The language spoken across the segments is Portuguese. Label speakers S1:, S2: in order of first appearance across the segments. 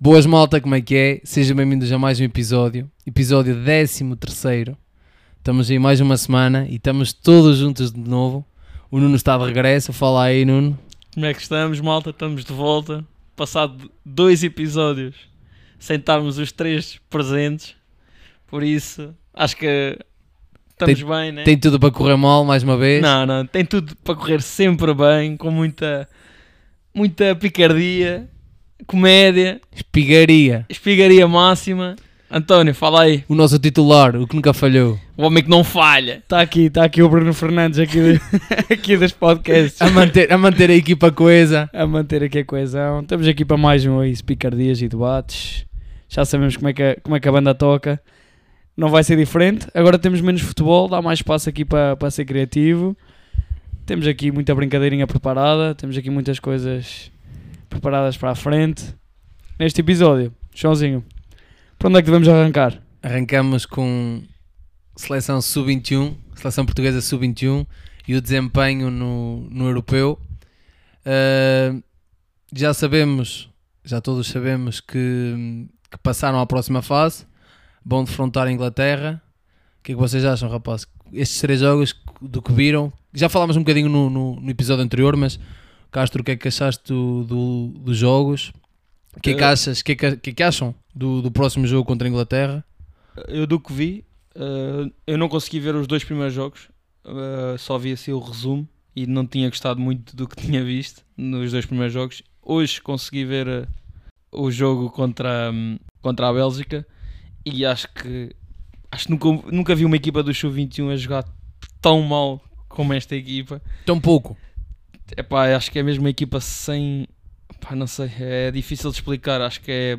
S1: Boas malta, como é que é? Sejam bem-vindos a mais um episódio, episódio 13. Estamos aí mais uma semana e estamos todos juntos de novo. O Nuno está de regresso, fala aí, Nuno.
S2: Como é que estamos, malta? Estamos de volta. Passado dois episódios sem estarmos os três presentes. Por isso, acho que estamos
S1: Tem-
S2: bem, né?
S1: Tem tudo para correr mal mais uma vez.
S2: Não, não, tem tudo para correr sempre bem, com muita, muita picardia, comédia,
S1: Espigaria.
S2: espigaria máxima. António, fala aí,
S1: O nosso titular, o que nunca falhou.
S2: o homem que não falha.
S3: Está Tá aqui, está aqui o Bruno Fernandes aqui, de- aqui dos podcasts.
S1: A manter a, manter a equipa coesa.
S3: A manter aqui a coesão. Estamos aqui para mais um isso, picardias e debates. Já sabemos como é, que, a- como é que a banda toca. Não vai ser diferente. Agora temos menos futebol, dá mais espaço aqui para, para ser criativo. Temos aqui muita brincadeirinha preparada, temos aqui muitas coisas preparadas para a frente. Neste episódio, Joãozinho, para onde é que devemos arrancar?
S1: Arrancamos com seleção sub-21, seleção portuguesa sub-21 e o desempenho no, no europeu. Uh, já sabemos, já todos sabemos que, que passaram à próxima fase. Vão defrontar a Inglaterra. O que é que vocês acham, rapaz? Estes três jogos do que viram. Já falámos um bocadinho no, no- no episódio anterior, mas Castro, o que é que achaste do- do- dos jogos? O que é que
S2: Eu-
S1: achas? O que é que, o que é que acham do- do próximo jogo contra a Inglaterra?
S2: Eu do que vi, eh, eu não consegui ver os dois primeiros jogos, eh, só vi assim o resumo e não tinha gostado muito do que tinha visto nos dois primeiros jogos. Hoje consegui ver eh, o jogo contra, hum, contra a Bélgica e acho que acho que nunca, nunca vi uma equipa do Chu 21 a jogar tão mal como esta equipa.
S1: Tão pouco.
S2: Epá, acho que é mesmo uma equipa sem. Epá, não sei, é difícil de explicar. Acho que é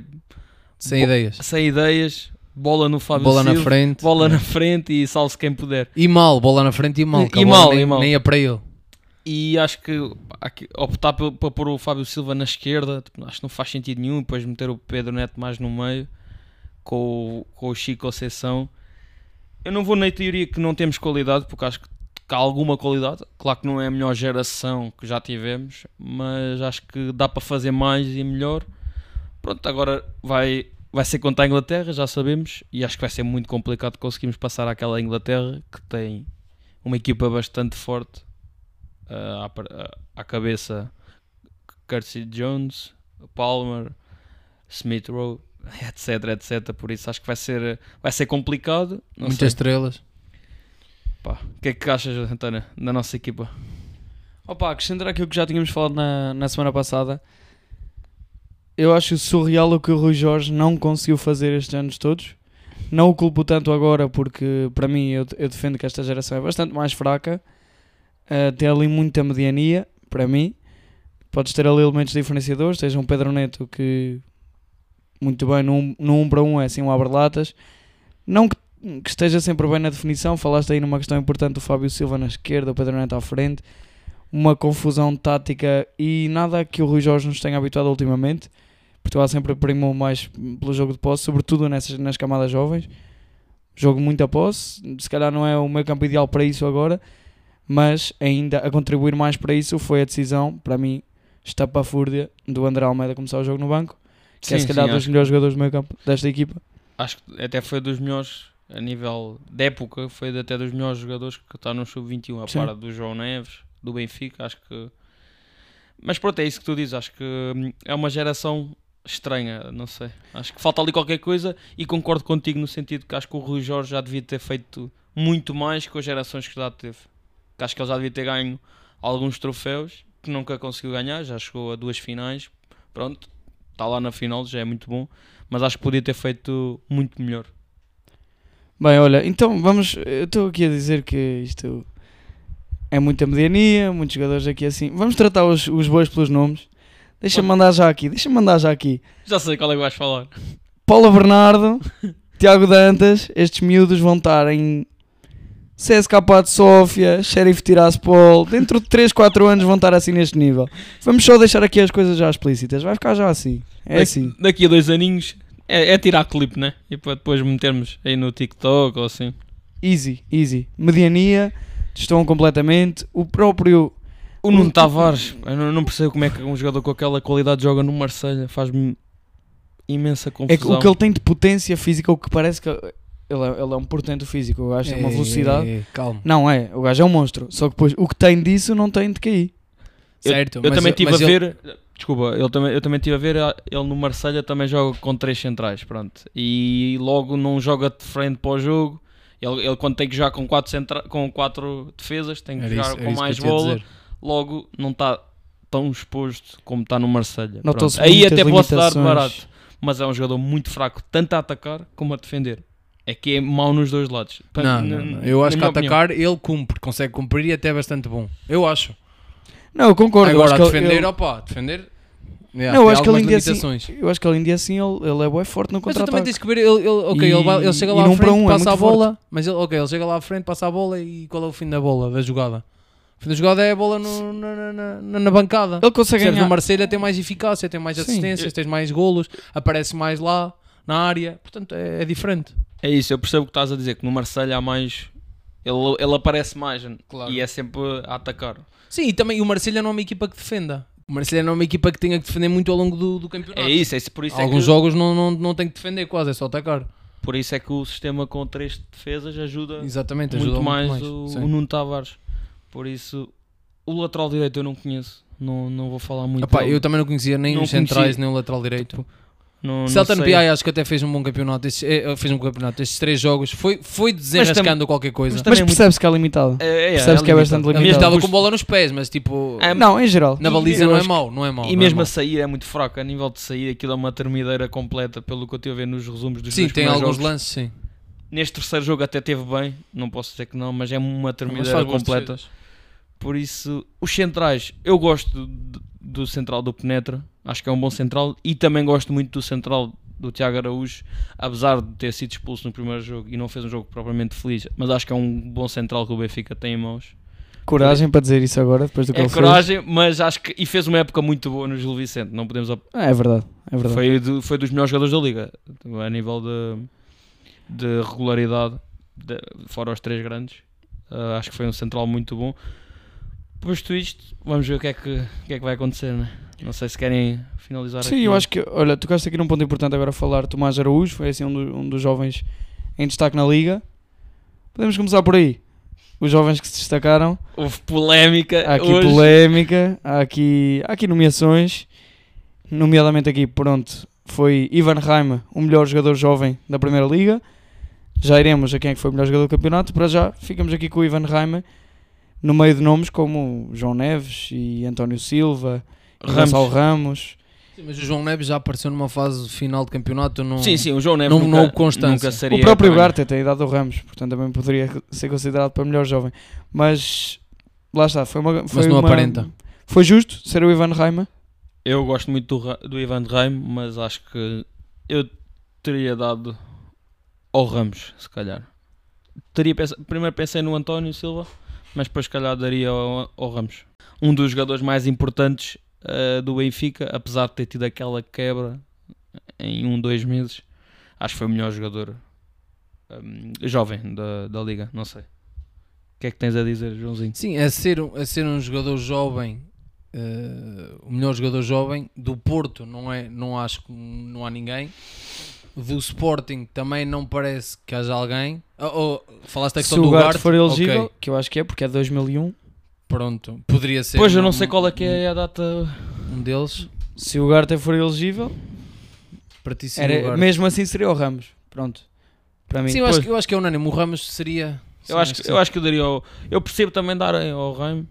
S1: Sem
S2: Bo-
S1: ideias.
S2: sem ideias, bola no Fábio
S1: bola na
S2: Silva,
S1: frente.
S2: bola na frente e salve-se quem puder.
S1: E mal, bola na frente e mal.
S2: E-
S1: que a
S2: e
S1: bola
S2: mal,
S1: nem,
S2: e mal.
S1: nem é para ele.
S2: E acho que há que optar pe- para pôr o Fábio Silva na esquerda, tipo, acho que não faz sentido nenhum. e Depois meter o Pedro Neto mais no meio com o, com o Chico Conceição. Eu não vou na teoria que não temos qualidade, porque acho que, que há alguma qualidade. Claro que não é a melhor geração que já tivemos, mas acho que dá para fazer mais e melhor. Pronto, agora vai, vai ser contra a Inglaterra, já sabemos, e acho que vai ser muito complicado conseguirmos passar àquela Inglaterra que tem uma equipa bastante forte ah, à, par- ah, à cabeça Curtis Jones, Palmer, Smith Rowe, etc, etc. Por isso acho que vai ser, vai ser complicado. Não
S1: Muitas
S2: sei.
S1: estrelas.
S2: Pá, O que é que achas, Antana, da nossa equipa?
S3: Opa, acrescentar aquilo que já tínhamos falado na, na semana passada. Eu acho surreal o que o Rui Jorge não conseguiu fazer estes anos todos. Não o culpo tanto agora, porque para mim eu, eu defendo que esta geração é bastante mais fraca. Eh, tem ali muita mediania, para mim. Podes ter ali elementos diferenciadores. Tens um Pedro Neto que, muito bem, num, num 1 para 1 é assim um abre-latas. Não que, hum, que esteja sempre bem na definição. Falaste aí numa questão importante do Fábio Silva na esquerda, o Pedro Neto à frente uma confusão tática e nada que o Rui Jorge nos tenha habituado ultimamente. Portugal sempre primou mais pelo jogo de posse, sobretudo nessas, nas camadas jovens. Jogo muito a posse, se calhar não é o meu campo ideal para isso agora, mas ainda a contribuir mais para isso foi a decisão, para mim, estapafúrdia, do André Almeida começar o jogo no banco, que é se calhar dos
S2: acho,
S3: melhores jogadores do meio campo desta equipa.
S2: acho que até foi dos melhores, a nível da época, foi até dos melhores jogadores que está no sub-21, a
S3: Sim.
S2: par do João Neves, do Benfica, acho que... Mas pronto, é isso que tu dizes, acho que hum, é uma geração estranha, não sei. Acho que falta ali qualquer coisa e concordo contigo no sentido que acho que o Rui Jorge já devia ter feito muito mais com as gerações que já teve. Que acho que ele já devia ter ganho alguns troféus que nunca conseguiu ganhar, já chegou a duas finais, pronto, está lá na final, já é muito bom, mas acho que podia ter feito muito melhor.
S3: Bem, olha, então vamos. Eu estou aqui a dizer que isto é muita mediania, muitos jogadores aqui assim. Vamos tratar os, os bois pelos nomes. Deixa-me mandar já aqui, deixa-me mandar já aqui.
S2: Já sei qual é que vais falar.
S3: Paula Bernardo, Tiago Dantas, estes miúdos vão estar em CSKA de Sófia, Sheriff Tiraspol. Dentro de 3, 4 anos vão estar assim neste nível. Vamos só deixar aqui as coisas já explícitas, vai ficar já assim. É
S2: Daqui-
S3: assim.
S2: Daqui a dois aninhos é, é tirar clipe, né? E para depois metermos aí no TikTok ou assim.
S3: Easy, easy. Mediania, estão completamente. O próprio.
S2: O Nuno Tavares, eu não, não percebo como é que um jogador com aquela qualidade joga no Marselha faz-me imensa
S3: É que
S2: confusão.
S3: o que ele tem de potência física, o que parece que. Ele é, ele é um portento físico, o gajo tem uma
S1: Ei,
S3: velocidade.
S1: ei, ei, É, calma.
S3: Não é, o gajo é um monstro. Só que depois o que tem disso não tem de cair.
S2: Eu-
S1: certo,
S2: eu,
S1: mas é-
S2: também estive a
S1: mas ele-
S2: ver. Desculpa, eu também, eu também estive a ver. Ele no Marselha também joga com três centrais, pronto. E logo não joga de frente para o jogo. Ele, ele quando tem que jogar com quatro, centra, com quatro defesas, tem que
S1: era
S2: jogar
S1: isso- era
S2: com
S1: isso que
S2: mais
S1: eu tinha a
S2: bola.
S1: dizer.
S2: Logo não está tão exposto como está no Marselha.
S3: Notam-se
S2: Pronto. Aí
S3: muitas
S2: até pode dar
S3: limitações.
S2: barato. Mas é um jogador muito fraco, tanto a atacar como a defender. É que é mau nos dois lados. Pa-
S1: Não,
S2: na-
S1: não, não. Eu acho
S2: na
S1: que a
S2: minha opinião.
S1: atacar ele cumpre, consegue cumprir e até é bastante bom. Eu acho.
S3: Não, eu concordo. eu
S1: Agora,
S3: acho
S1: a
S3: que ele-
S1: defender,
S3: ele-
S1: opa, defender. Yeah,
S3: Não, eu
S1: tem
S3: acho que ele
S1: algumas
S3: ainda assim-
S1: limitações.
S3: eu acho que ele em dia assim ele, ele é bué forte no
S1: Mas tu também
S3: contra-ataque.
S1: tens que ver, ele, ele- ok,
S3: E-
S1: ele, vai- ele chega
S3: e
S1: lá
S3: num
S1: à
S3: para um
S1: frente,
S3: é
S1: passa a
S3: muito
S1: bola, mas ele, ok, ele chega lá à frente, passa a bola e qual é o fim da bola, da jogada? O fim da jogada é a bola no- na, na- na- na bancada.
S3: Ele consegue
S1: Percebes?
S3: ganhar.
S1: No Marselha tem mais eficácia, tem mais
S3: Sim.
S1: assistências, tens mais golos, aparece mais lá na área, portanto é, é diferente.
S2: É isso, eu percebo o que estás a dizer, que no Marselha há mais. Ele, ele aparece mais
S1: Claro.
S2: e é sempre a atacar.
S1: Sim, e também o Marselha não é uma equipa que defenda. O Marselha não é uma equipa que tenha que defender muito ao longo do, do campeonato.
S2: É isso, é isso, por isso é
S1: Alguns
S2: que,
S1: jogos não, não, não tem que defender quase, é só atacar.
S2: Por isso é que o sistema com três defesas ajuda
S1: Exatamente,
S2: muito,
S1: ajuda
S2: mais, o,
S1: Sim.
S2: o Nuno Tavares. Por isso, o lateral direito eu não conheço, não, não vou falar muito.
S1: Epá,
S2: dele.
S1: eu também não conhecia nem
S2: Não
S1: os centrais,
S2: conhecia.
S1: nem o lateral direito.
S2: não, não
S1: Celta
S2: sei.
S1: PI acho que até fez um bom campeonato. Estes, eh, fez um bom campeonato. Estes três jogos foi, foi desenrascando qualquer coisa.
S2: mas também
S3: Mas
S2: é muito-
S3: percebe-se que é limitado.
S2: É, é, é,
S3: Percebes que é
S2: limitado.
S3: bastante
S1: A minha
S3: limitado.
S1: estava
S2: custo-
S1: com bola nos pés, mas tipo,
S2: É,
S3: Não, em geral.
S1: na
S2: e-
S1: baliza
S2: eu
S1: não é
S2: acho
S1: mau, não é mau.
S2: E
S1: não
S2: mesmo
S1: é mau.
S2: a sair é muito fraco, a nível de sair aquilo é uma termideira completa, pelo que eu estive a ver nos resumos dos
S1: Sim,
S2: dois
S1: tem
S2: primeiros
S1: alguns
S2: jogos.
S1: lances, sim.
S2: Neste terceiro jogo até teve bem, não posso dizer que não, mas é uma
S1: Mas
S2: termineira
S1: faz boas
S2: completa.
S1: defesas.
S2: Por isso, os centrais, eu gosto do, do central do Penetra, acho que é um bom central, e também gosto muito do central do Tiago Araújo, apesar de ter sido expulso no primeiro jogo e não fez um jogo propriamente feliz, mas acho que é um bom central que o Benfica tem em mãos.
S3: Coragem para dizer isso agora, depois do que
S2: É
S3: ele fez.
S2: coragem, mas acho que. E fez uma época muito boa no Gil Vicente, não podemos. op-
S3: Ah, é verdade, é verdade.
S2: Foi, do- foi dos melhores jogadores da liga, a nível de, de regularidade, de- fora os três grandes. Ah, acho que foi um central muito bom. Posto isto, vamos ver o que é que, o que, é que vai acontecer, né? Não sei se querem finalizar
S3: Sim, eu acho que, olha, tocaste aqui num ponto importante agora a falar. Tomás Araújo foi assim um, do- um dos jovens em destaque na liga. Podemos começar por aí. Os jovens que se destacaram.
S2: Houve polémica.
S3: Há aqui
S2: É, hoje.
S3: polémica, há aqui, há aqui nomeações. Nomeadamente aqui, pronto, foi Ivan Raima, o melhor jogador jovem da Primeira Liga. Já iremos a quem é que foi o melhor jogador do campeonato. Para já, ficamos aqui com o Ivan Raima, no meio de nomes como João Neves e António Silva, e
S2: Ramos.
S3: Gonçalo Ramos.
S1: Sim, mas o João Neves já apareceu numa fase final de campeonato. Não...
S2: Sim, sim, o João Neves
S1: Não- não
S2: nunca,
S1: houve constância.
S2: nunca seria.
S3: O próprio
S2: para mim.
S3: Garte tem a idade do Ramos, portanto também poderia ser considerado para melhor jovem. Mas lá está, foi uma. Foi
S1: não
S3: uma-
S1: aparenta.
S3: Foi justo ser o Ivan Raima.
S2: Eu gosto muito do, Ra- do Ivan de Raimo, mas acho que eu teria dado ao Ramos, se calhar. Teria pensa- primeiro pensei no António Silva, mas depois se calhar daria ao, ao Ramos. Um dos jogadores mais importantes eh, do Benfica, apesar de ter tido aquela quebra em um, dois meses, acho que foi o melhor jogador hum, jovem da, da liga, não sei. O que é que tens a dizer, Joãozinho?
S1: Sim, a ser, um- a ser um jogador jovem, eh, o melhor jogador jovem do Porto, não, é, não acho que não há ninguém. Do Sporting também não parece que haja alguém. Ah, oh, falaste a
S3: Se
S1: questão
S3: o
S1: do
S3: Garte
S1: Ugarte,
S3: for elegível,
S1: ok,
S3: que eu acho que é, porque é de 2001.
S1: pronto, poderia ser.
S2: Pois, eu
S1: um-
S2: não sei qual é que é a data...
S1: Um deles,
S3: Se o Garte for elegível,
S1: para ti seria o
S3: era,
S1: Ugarte.
S3: mesmo assim seria o Ramos. Pronto, para mim.
S1: Sim, eu acho,
S3: Pois,
S1: que, eu acho que é unânime. O Ramos seria. sim,
S2: Eu acho, que,
S1: sim.
S2: eu acho que eu daria ao. Eu percebo também dar eh, ao Rame.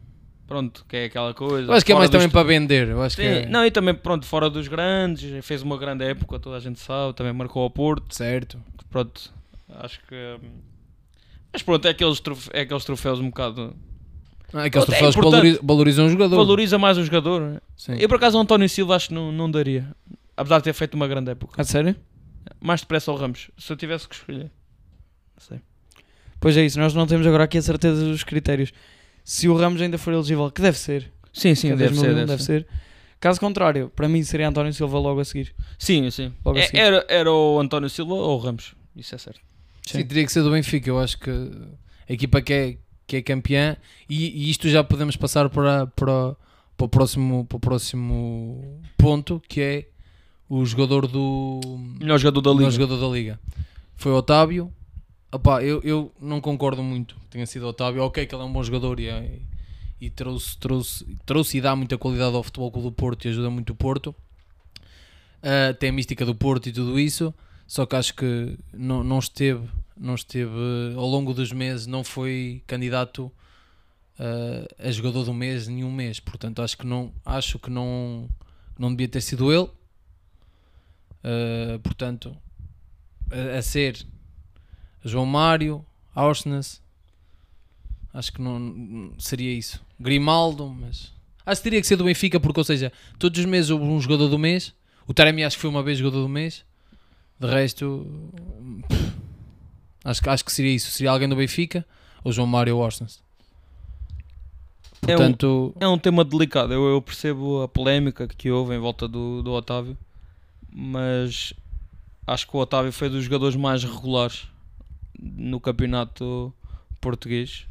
S2: Pronto, que é aquela coisa.
S1: Eu acho que é
S2: fora
S1: mais
S2: dos-
S1: também para vender. Eu acho que
S2: Sim,
S1: é-
S2: Não, e também, pronto, fora dos grandes. Fez uma grande época, toda a gente sabe. Também marcou ao Porto.
S1: Certo.
S2: Pronto, acho que. hum, Mas pronto, é aqueles, trofe- é aqueles troféus um bocado.
S1: Ah, aqueles
S2: Pronto, é
S1: troféus que
S2: importante.
S1: valoriz- valorizam o jogador.
S2: Valoriza mais o jogador. né?
S1: Sim.
S2: Eu por acaso o António Silva acho que não, não daria. Apesar de ter feito uma grande época.
S3: A Ah, sério?
S2: Mais depressa ao Ramos. Se eu tivesse que escolher. Não sei.
S3: Pois é isso, nós não temos agora aqui a certeza dos critérios. Se o Ramos ainda for elegível, que deve ser,
S2: Sim,
S3: que
S2: sim,
S3: é
S2: deve ser,
S3: 2001,
S2: deve ser.
S3: Caso contrário, para mim seria António Silva logo a seguir.
S2: Sim, sim.
S3: Logo a
S2: É-
S3: seguir.
S2: era, era o António Silva ou o Ramos. Isso é certo.
S1: Sim, teria que ser do Benfica. Eu acho que a equipa que é, que é campeã, e, e isto já podemos passar para, para, para, o próximo, para o próximo ponto, que é o jogador do.
S2: Melhor jogador da
S1: melhor
S2: liga.
S1: jogador da liga. Foi o Otávio. Opá, eu, eu não concordo muito que tenha sido o Otávio. Ok, que ele é um bom jogador e, é- e trouxe, trouxe, trouxe e dá muita qualidade ao futebol Clube do Porto e ajuda muito o Porto. Ah, tem a mística do Porto e tudo isso. Só que acho que não, não esteve, não esteve eh, ao longo dos meses, não foi candidato ah, a jogador do mês nenhum mês. Portanto, acho que não, acho que não, não devia ter sido ele. Uh, portanto, a, a ser João Mário, Auschnes, acho que não- não seria isso. Grimaldo, mas acho que teria que ser do Benfica, porque, ou seja, todos os meses houve um jogador do mês. O Taremi acho que foi uma vez jogador do mês. De resto, pff, acho, que- acho que seria isso. Seria alguém do Benfica ou João Mário ou Auschnes.
S2: É um-
S1: Portanto,
S2: É um tema delicado. Eu, eu percebo a polémica que houve em volta do, do Otávio, mas acho que o Otávio foi dos jogadores mais regulares no campeonato português.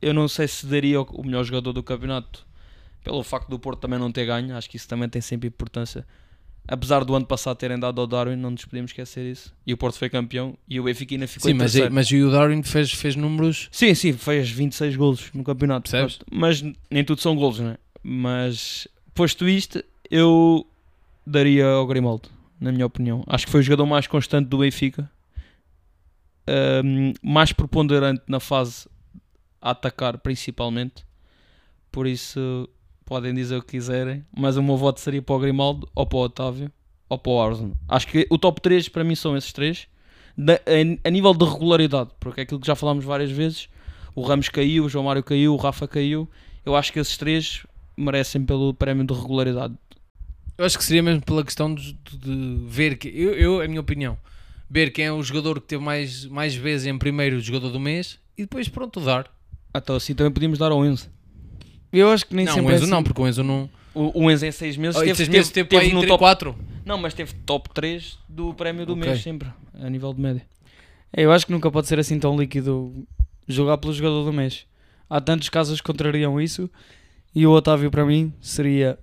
S2: Eu não sei se daria o- o melhor jogador do campeonato pelo facto do Porto também não ter ganho. Acho que isso também tem sempre importância. Apesar do ano passado terem dado ao Darwin, não nos podemos esquecer isso. E o Porto foi campeão e o Benfica ainda ficou
S1: sim,
S2: em
S1: mas, é,
S2: terceiro.
S1: mas o Darwin fez, fez números.
S2: Sim, sim, fez 26 golos no campeonato.
S1: Percebes?
S2: Pronto, Mas nem tudo são golos, né? Mas posto isto, eu daria ao Grimaldo, na minha opinião. Acho que foi o jogador mais constante do Benfica, Ahm, mais preponderante na fase a atacar, principalmente. Por isso, podem dizer o que quiserem, mas o meu voto seria para o Grimaldo, ou para o Otávio, ou para o Arson. Acho que o top 3 para mim são esses três. Da- a, a nível de regularidade, porque é aquilo que já falámos várias vezes, o Ramos caiu, o João Mário caiu, o Rafa caiu. Eu acho que esses três merecem pelo prémio de regularidade.
S1: Eu acho que seria mesmo pela questão de, de- de ver que eu, eu, a minha opinião, ver quem é o jogador que teve mais, mais vezes em primeiro jogador do mês e depois pronto dar.
S2: Então assim também podíamos dar ao Enzo.
S3: Eu acho que nem
S1: não, o
S3: sempre é
S1: Enzo não,
S3: assim.
S1: porque o Enzo não.
S2: O, o Enzo em seis meses
S1: Oh,
S2: teve,
S1: seis
S2: teve-
S1: meses teve,
S2: teve
S1: aí
S2: no
S1: 3,
S2: top...
S1: 4.
S2: Não, mas teve top 3 do prémio do
S1: Ok.
S2: mês sempre, a nível de média.
S3: Eu acho que nunca pode ser assim tão líquido jogar pelo jogador do mês. Há tantos casos que contrariam isso. E o Otávio, para mim, seria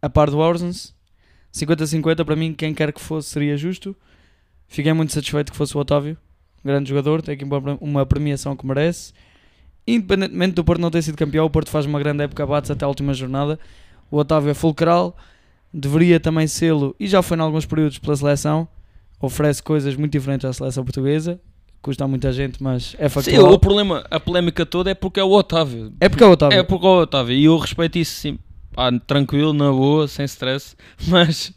S3: a par do Orsens. 50-50, para mim, quem quer que fosse, seria justo. Fiquei muito satisfeito que fosse o Otávio. Grande jogador, tem aqui uma pre- uma premiação que merece. Independentemente do Porto não ter sido campeão, o Porto faz uma grande época, bate até a última jornada. O Otávio é fulcral, deveria também sê-lo, e já foi em alguns períodos pela seleção. Oferece coisas muito diferentes à seleção portuguesa. Custa a muita gente, mas
S2: Sim,
S3: é
S2: o
S3: factual.
S2: problema, a polémica toda é porque é o Otávio.
S3: É porque é o Otávio.
S2: É porque o Otávio, e eu respeito isso sim. Pá, tranquilo, na boa, sem stress, mas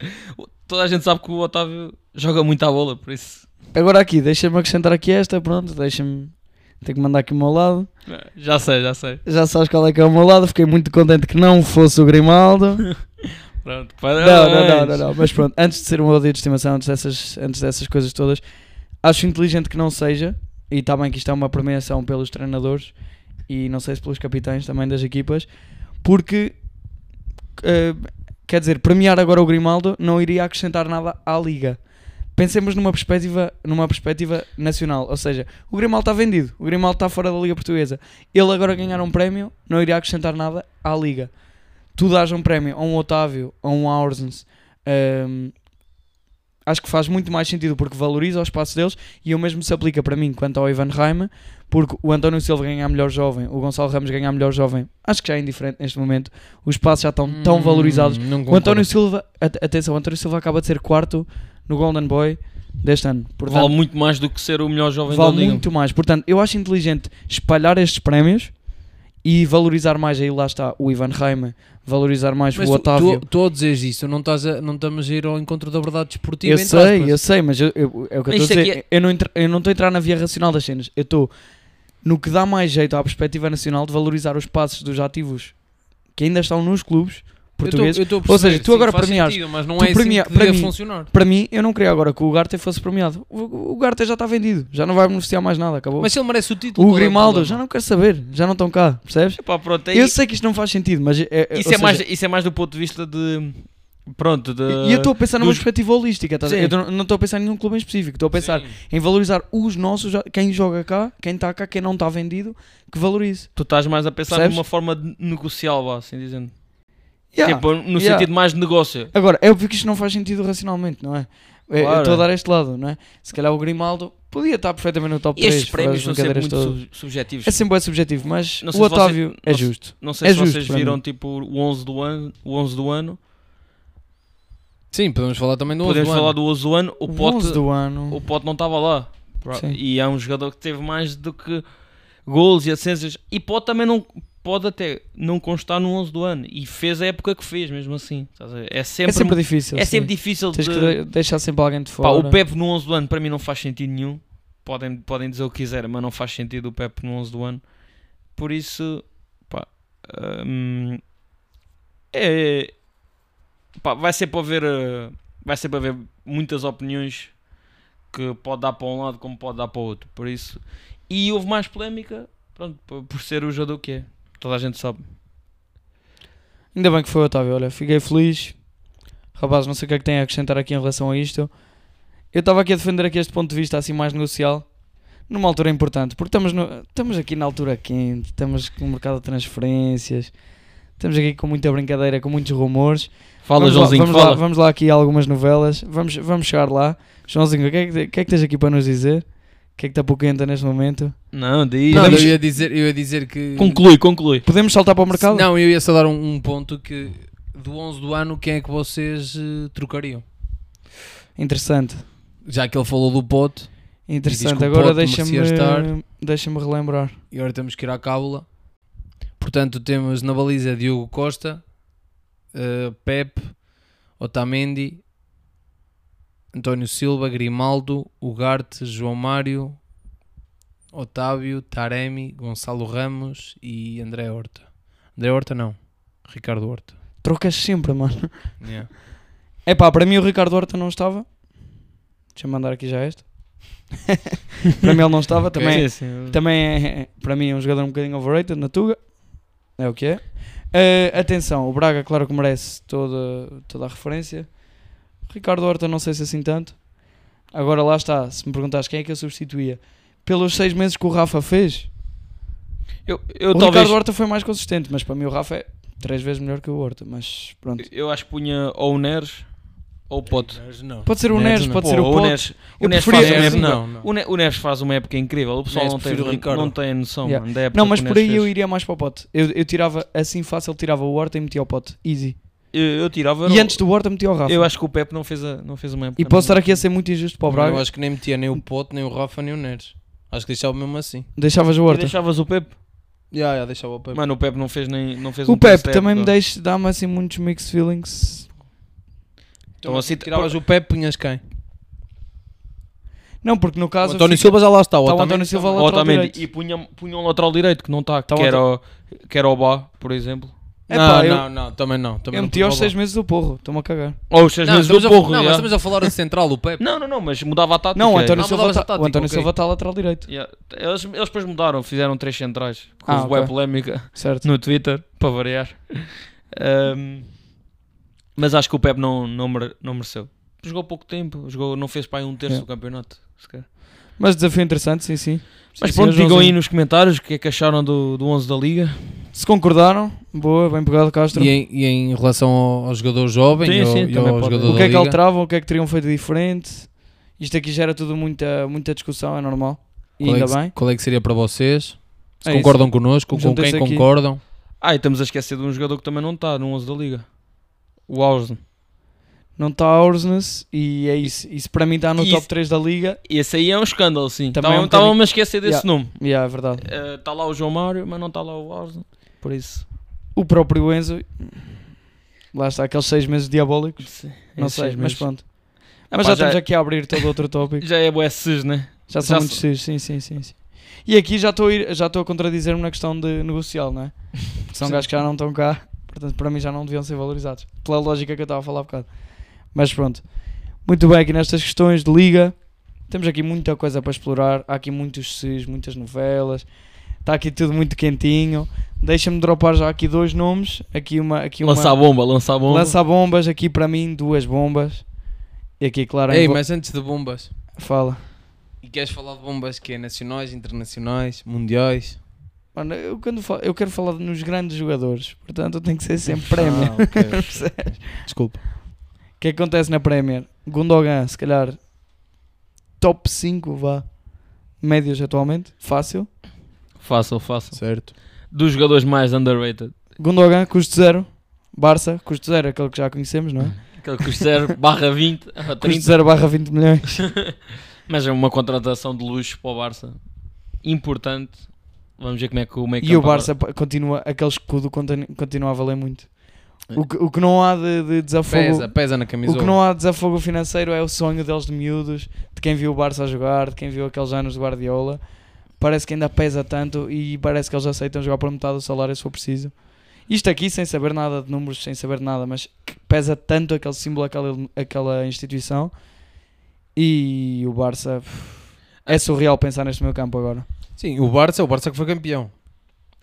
S2: toda a gente sabe que o Otávio joga muito à bola, por isso
S3: Agora aqui, deixa-me acrescentar aqui esta, pronto, deixa-me. Tenho que mandar aqui o meu lado.
S2: já sei, já sei.
S3: Já sabes qual é que é o meu lado, fiquei muito contente que não fosse o Grimaldo.
S2: Pronto, é
S3: Não, não, não, não, não. Mas pronto, antes de ser um ódio de estimação, antes dessas, antes dessas coisas todas, acho inteligente que não seja, e está bem que isto é uma premiação pelos treinadores e não sei se pelos capitães também das equipas, porque eh, quer dizer, premiar agora o Grimaldo não iria acrescentar nada à liga. Pensemos numa perspectiva, numa perspectiva nacional, ou seja, o Grimaldo está vendido, o Grimaldo está fora da Liga Portuguesa. Ele agora ganhar um prémio não iria acrescentar nada à liga tu dás um prémio a um Otávio, a um Aursens, hum, acho que faz muito mais sentido porque valoriza o espaço deles e o mesmo se aplica para mim quanto ao Ivan Raima, porque o António Silva ganhar melhor jovem, o Gonçalo Ramos ganhar melhor jovem, acho que já é indiferente neste momento. Os espaços já estão tão valorizados
S1: Não
S3: o António
S1: Hum, concordo.
S3: Silva, at- atenção, o António Silva acaba de ser quarto no Golden Boy deste ano. Portanto,
S2: vale muito mais do que ser o melhor jovem da
S3: vale
S2: liga.
S3: muito mais. Portanto, eu acho inteligente espalhar estes prémios e valorizar mais aí, lá está, o Ivan Reima, valorizar mais
S1: Mas
S3: o
S1: tu,
S3: Otávio.
S1: tu, tu ao dizeres isso, não, estás a, não estamos a ir ao encontro da verdade desportiva.
S3: eu
S1: entre
S3: sei,
S1: aspas.
S3: eu sei, mas eu, eu- é o que eu
S2: Isto
S3: estou a
S2: aqui
S3: dizer. Eu não entra- eu não estou a entrar na via racional das cenas. Eu estou no que dá mais jeito à perspectiva nacional de valorizar os passos dos ativos que ainda estão nos clubes
S1: Eu tô-
S3: portugueses.
S1: eu tô a
S3: Ou seja,
S1: perceber,
S3: tu
S1: sim,
S3: agora
S1: faz
S3: premiares.
S1: sentido, mas não
S3: Tu
S1: é assim
S3: premia-
S1: que
S3: para
S1: devia
S3: mim-
S1: funcionar.
S3: Para mim, eu não queria agora que o Garte fosse premiado. O, o Garte já está vendido, já não vai beneficiar mais nada, acabou.
S1: Mas se ele merece o título,
S3: o
S1: qual é
S3: Grimaldo,
S1: problema?
S3: já não quero saber, já não estão cá, percebes?
S2: Epá, pronto, é-
S3: Eu sei que isto não faz sentido, mas é, é-
S2: isso,
S3: ou
S2: é mais,
S3: seja,
S2: isso é mais do ponto de vista de. Pronto, de.
S3: E eu estou a pensar numa
S2: dos-
S3: perspectiva holística, estás a-
S2: Sim.
S3: eu não- não estou a pensar em nenhum clube em específico, estou a pensar
S1: Sim.
S3: em valorizar os nossos, jo- quem joga cá, quem está cá, quem não está vendido, que valorize.
S2: Tu estás mais a pensar
S3: Percebes?
S2: numa forma de negocial, vá, assim dizendo.
S3: Yeah.
S2: Tipo, no
S3: Yeah.
S2: sentido mais de negócio.
S3: Agora, é óbvio que isto não faz sentido racionalmente, não é? É, Eu
S2: Claro.
S3: estou a dar este lado, não é? Se calhar o Grimaldo podia estar perfeitamente no top
S2: E
S3: 3.
S2: estes prémios são sempre muito
S3: todas.
S2: sub- subjetivos.
S3: É sempre bem subjetivo, mas
S2: Não
S3: o
S2: sei se vocês-
S3: Otávio é
S2: não se-
S3: justo.
S2: Não sei
S3: é
S2: se
S3: justo
S2: vocês
S3: para mim.
S2: viram tipo o 11 do ano, o 11 do ano.
S1: Sim, podemos falar também do
S2: Podemos
S1: Ozoano.
S2: falar do 11 do ano, o
S3: O
S2: pote
S3: 11 do ano.
S2: o Pote não estava lá. Pro-
S3: Sim.
S2: E é um jogador que teve mais do que gols e assistências. E pode também não pode até não constar no 11 do ano. E fez a época que fez, mesmo assim. Estás a ver? É sempre,
S3: é sempre difícil.
S2: é
S3: sim.
S2: sempre difícil
S3: Tens
S2: de-
S3: que de- deixar sempre alguém de
S2: Pá,
S3: fora.
S2: o Pepe no 11 do ano para mim não faz sentido nenhum. Podem, podem dizer o que quiserem, mas não faz sentido o Pepe no 11 do ano. Por isso, pá, hum, é, pá, vai ser para ver, eh, vai ser para ver muitas opiniões que pode dar para um lado como pode dar para o outro. Por isso, e houve mais polémica, pronto, por, por ser o jogador que é. Toda a gente sabe.
S3: Ainda bem que foi o Otávio, olha, fiquei feliz. Rapaz, não sei o que é que tem a acrescentar aqui em relação a isto. Eu estava aqui a defender aqui este ponto de vista assim mais negocial, numa altura importante, porque estamos, no- estamos aqui na altura quente, estamos com o mercado de transferências, estamos aqui com muita brincadeira, com muitos rumores.
S2: Fala,
S3: vamos
S2: Joãozinho,
S3: lá, vamos
S2: fala.
S3: Lá, vamos lá aqui a algumas novelas, vamos, vamos chegar lá. Joãozinho, o que, é que, o que é que tens aqui para nos dizer? O que é que está por quente neste momento?
S2: Não, diz.
S1: Não,
S2: Podemos-
S1: eu, ia dizer, eu ia dizer que.
S2: Conclui, conclui.
S3: Podemos saltar para o mercado?
S1: Não, eu ia só dar um, um ponto que do 11 do ano, quem é que vocês eh, trocariam?
S3: Interessante.
S1: Já que ele falou do Pote,
S3: Interessante,
S1: que o
S2: um
S3: agora
S1: Pote
S3: deixa-me
S1: merecia estar.
S3: deixa relembrar.
S1: e agora temos que ir à cábula. Portanto, temos na baliza Diogo Costa, eh, Pepe, Otamendi, António Silva, Grimaldo, Ugarte, João Mário, Otávio, Taremi, Gonçalo Ramos e André Horta. André Horta não, Ricardo Horta.
S3: Trocas sempre, mano.
S1: Yeah.
S3: É pá, para mim o Ricardo Horta não estava. Deixa-me mandar aqui já este. para mim ele não estava. Também, é-
S2: Sim, sim.
S3: também é, para mim é um jogador um bocadinho overrated na Tuga. É o que é. Eh, atenção, o Braga, claro que merece toda, toda a referência. Ricardo Horta, não sei se assim tanto. Agora lá está, se me perguntares quem é que eu substituía pelos seis meses que o Rafa fez,
S2: Eu, eu
S3: o
S2: talvez,
S3: Ricardo Horta foi mais consistente, mas para mim o Rafa é três vezes melhor que o Horta. Mas pronto,
S2: Eu acho que punha ou o Neres ou o Pote. é assim.
S1: Mas não.
S3: pode ser o
S1: Neto
S3: Neres,
S1: não.
S3: pode
S2: né? Pô,
S3: ser o
S2: o
S3: Pote.
S2: Neres, o
S3: Eu
S2: Neres
S3: preferia-
S2: faz uma
S3: Neres,
S2: época,
S1: não,
S2: não,
S1: não.
S2: O Ne- o Neres faz uma época incrível. O pessoal
S1: Neres
S2: não, tem,
S1: prefiro o
S2: não,
S1: Ricardo.
S2: não tem noção
S3: Yeah.
S2: mano, da época
S3: Não, mas
S2: que o
S3: por aí
S2: Neres
S3: eu
S2: fez.
S3: iria mais para o pote. Eu, eu tirava assim fácil, tirava o Horta e metia ao pote. Easy.
S2: eu, eu tirava.
S3: E
S2: não-
S3: antes do Horta metia ao Rafa.
S2: eu acho que o Pepe não fez, a, não fez uma época.
S3: e posso
S2: não.
S3: estar aqui a ser muito injusto para o Braga.
S1: Eu acho que nem metia nem o Pote, nem o Rafa, nem o Neres. Acho que deixava mesmo assim.
S3: Deixavas o
S2: E
S3: Horta.
S2: deixavas o Pepe?
S1: Já, já, deixava o Pepe.
S2: Mano, o Pepe não fez nem. Não fez
S3: O
S2: um terço
S3: Pepe
S2: da
S3: também me
S2: época.
S3: deixa, dá-me assim muitos mixed feelings.
S1: então,
S2: Então,
S1: assim,
S2: assim,
S1: tiravas o Pepe, punhas quem?
S3: Não, porque no
S1: O
S3: caso.
S1: António
S3: fica-
S1: Silva já lá está. Então, O
S3: Tá o
S1: Otamendi
S3: António Silva
S1: também.
S3: lateral
S2: Ou também.
S3: direito.
S2: E punha, punha um lateral direito que não está.
S3: Tá
S2: Que, era o- que era o Bá, por exemplo.
S3: É
S1: não,
S3: pá, eu-
S1: não, não, também não. Também
S3: Eu
S1: não
S3: meti aos
S1: punha o
S3: seis meses do porro. Estou-me a cagar.
S2: Ou os seis
S1: Não,
S2: meses do
S1: estamos a-
S2: Porro.
S1: não, mas
S2: yeah.
S1: estamos a falar de central, o Pepe.
S2: Não, não, não, mas mudava a tática. é
S3: Não, o António
S1: Ah,
S3: Silva
S1: mudavas a
S3: tá- o
S1: tática,
S3: António
S1: ok.
S3: Silva está lateral direito.
S2: Yeah. Eles, eles depois mudaram, fizeram três centrais. Porque
S3: Ah,
S2: houve bué
S3: ok.
S2: polémica.
S3: Certo.
S2: no Twitter, para variar. Ahm, mas acho que o Pepe não, não, mere- não mereceu. Jogou pouco tempo, jogou, não fez para aí um terço
S3: Yeah.
S2: do campeonato. sequer.
S3: Mas desafio interessante, sim, sim.
S2: Mas
S3: Sim,
S2: pronto,
S3: senhor
S2: digam aí
S3: Joãozinho.
S2: nos comentários o que é que acharam do, do 11 da Liga.
S3: Se concordaram, boa, bem pegado, Castro.
S1: E em, e em relação ao, ao jogador jovem
S2: Sim,
S1: e ao,
S2: sim,
S1: e ao
S2: também pode.
S1: jogador
S3: o que é que
S1: da Liga,
S3: alteravam, o que é que teriam feito diferente. Isto aqui gera tudo muita, muita discussão, é normal. E
S1: qual, é
S3: ainda
S1: que,
S3: bem.
S1: qual é que seria para vocês? Se
S3: É isso.
S1: concordam connosco? Com
S3: Juntem-se
S1: quem
S3: aqui.
S1: concordam?
S2: Ah, e estamos a esquecer de um jogador que também não está no 11 da Liga. O Ausden.
S3: Não está a Orsnes e é isso. Isso para mim está no
S2: Isso.
S3: top 3 da liga.
S2: Esse aí é um escândalo, sim.
S3: Também
S2: Estavam-me
S3: é um bocadinho-
S2: a esquecer desse
S3: Yeah.
S2: nome.
S3: E yeah, é verdade.
S2: Eh, Está lá o João Mário, mas não está lá o Ausden. Por isso.
S3: O próprio Enzo, lá está, aqueles 6 meses diabólicos. Não
S2: esses
S3: sei,
S2: seis
S3: mas
S2: meses.
S3: pronto.
S2: Ah,
S3: Mas
S2: pá,
S3: já, estamos
S2: já,
S3: aqui a abrir todo outro tópico.
S2: já é bué cis, né?
S3: Já são
S2: Já
S3: muitos tiros, sim, sim, sim, sim. E aqui já estou a, ir- já estou a contradizer-me na questão de negocial, não é? Porque são
S2: Sim.
S3: gajos que já não estão cá, portanto, para mim já não deviam ser valorizados. Pela lógica que eu estava a falar há bocado. Mas pronto. Muito bem, aqui nestas questões de liga, temos aqui muita coisa para explorar. Há aqui muitos sis, muitas novelas. Está aqui tudo muito quentinho. Deixa-me dropar já aqui dois nomes. Aqui uma. Aqui uma
S2: Lança a bomba, lança a bomba.
S3: Lança bombas, aqui para mim, duas bombas. E aqui, claro,
S1: Ei,
S3: em vo-
S1: mas antes de bombas.
S3: fala.
S1: E queres falar de bombas que é nacionais, internacionais, mundiais?
S3: Mano, eu, quando falo- eu quero falar nos grandes jogadores, portanto eu tenho que ser sempre
S4: Ah,
S3: Premier.
S4: ok.
S3: Percebes?
S4: Desculpa.
S3: O que é que acontece na Premier? Gundogan, se calhar, top 5, vá, médios atualmente, fácil.
S2: Fácil, fácil.
S4: Certo.
S2: Dos jogadores mais underrated.
S3: Gundogan, custo zero. Barça, custo zero, aquele que já conhecemos, não é?
S2: Aquele que custa 0 barra 20 a
S3: Custo
S2: 30.
S3: zero barra 20 milhões.
S2: Mas é uma contratação de luxo para o Barça. Importante. Vamos ver como é que o meio
S3: E
S2: campo
S3: o Barça pa- continua, aquele escudo contin- continua a valer muito.
S4: É.
S3: O que, o que não há de, de desafogo.
S1: Pesa, pesa na
S3: O
S1: camisola.
S3: que não há de desafogo financeiro é o sonho deles de miúdos, de quem viu o Barça a jogar, de quem viu aqueles anos de Guardiola. Parece que ainda pesa tanto e parece que eles aceitam jogar por metade do salário se for preciso. Isto aqui sem saber nada de números, sem saber nada, mas que pesa tanto aquele símbolo, aquela, aquela instituição. E o Barça pff, é surreal pensar neste meu campo agora.
S1: Sim, o Barça é o Barça que foi campeão.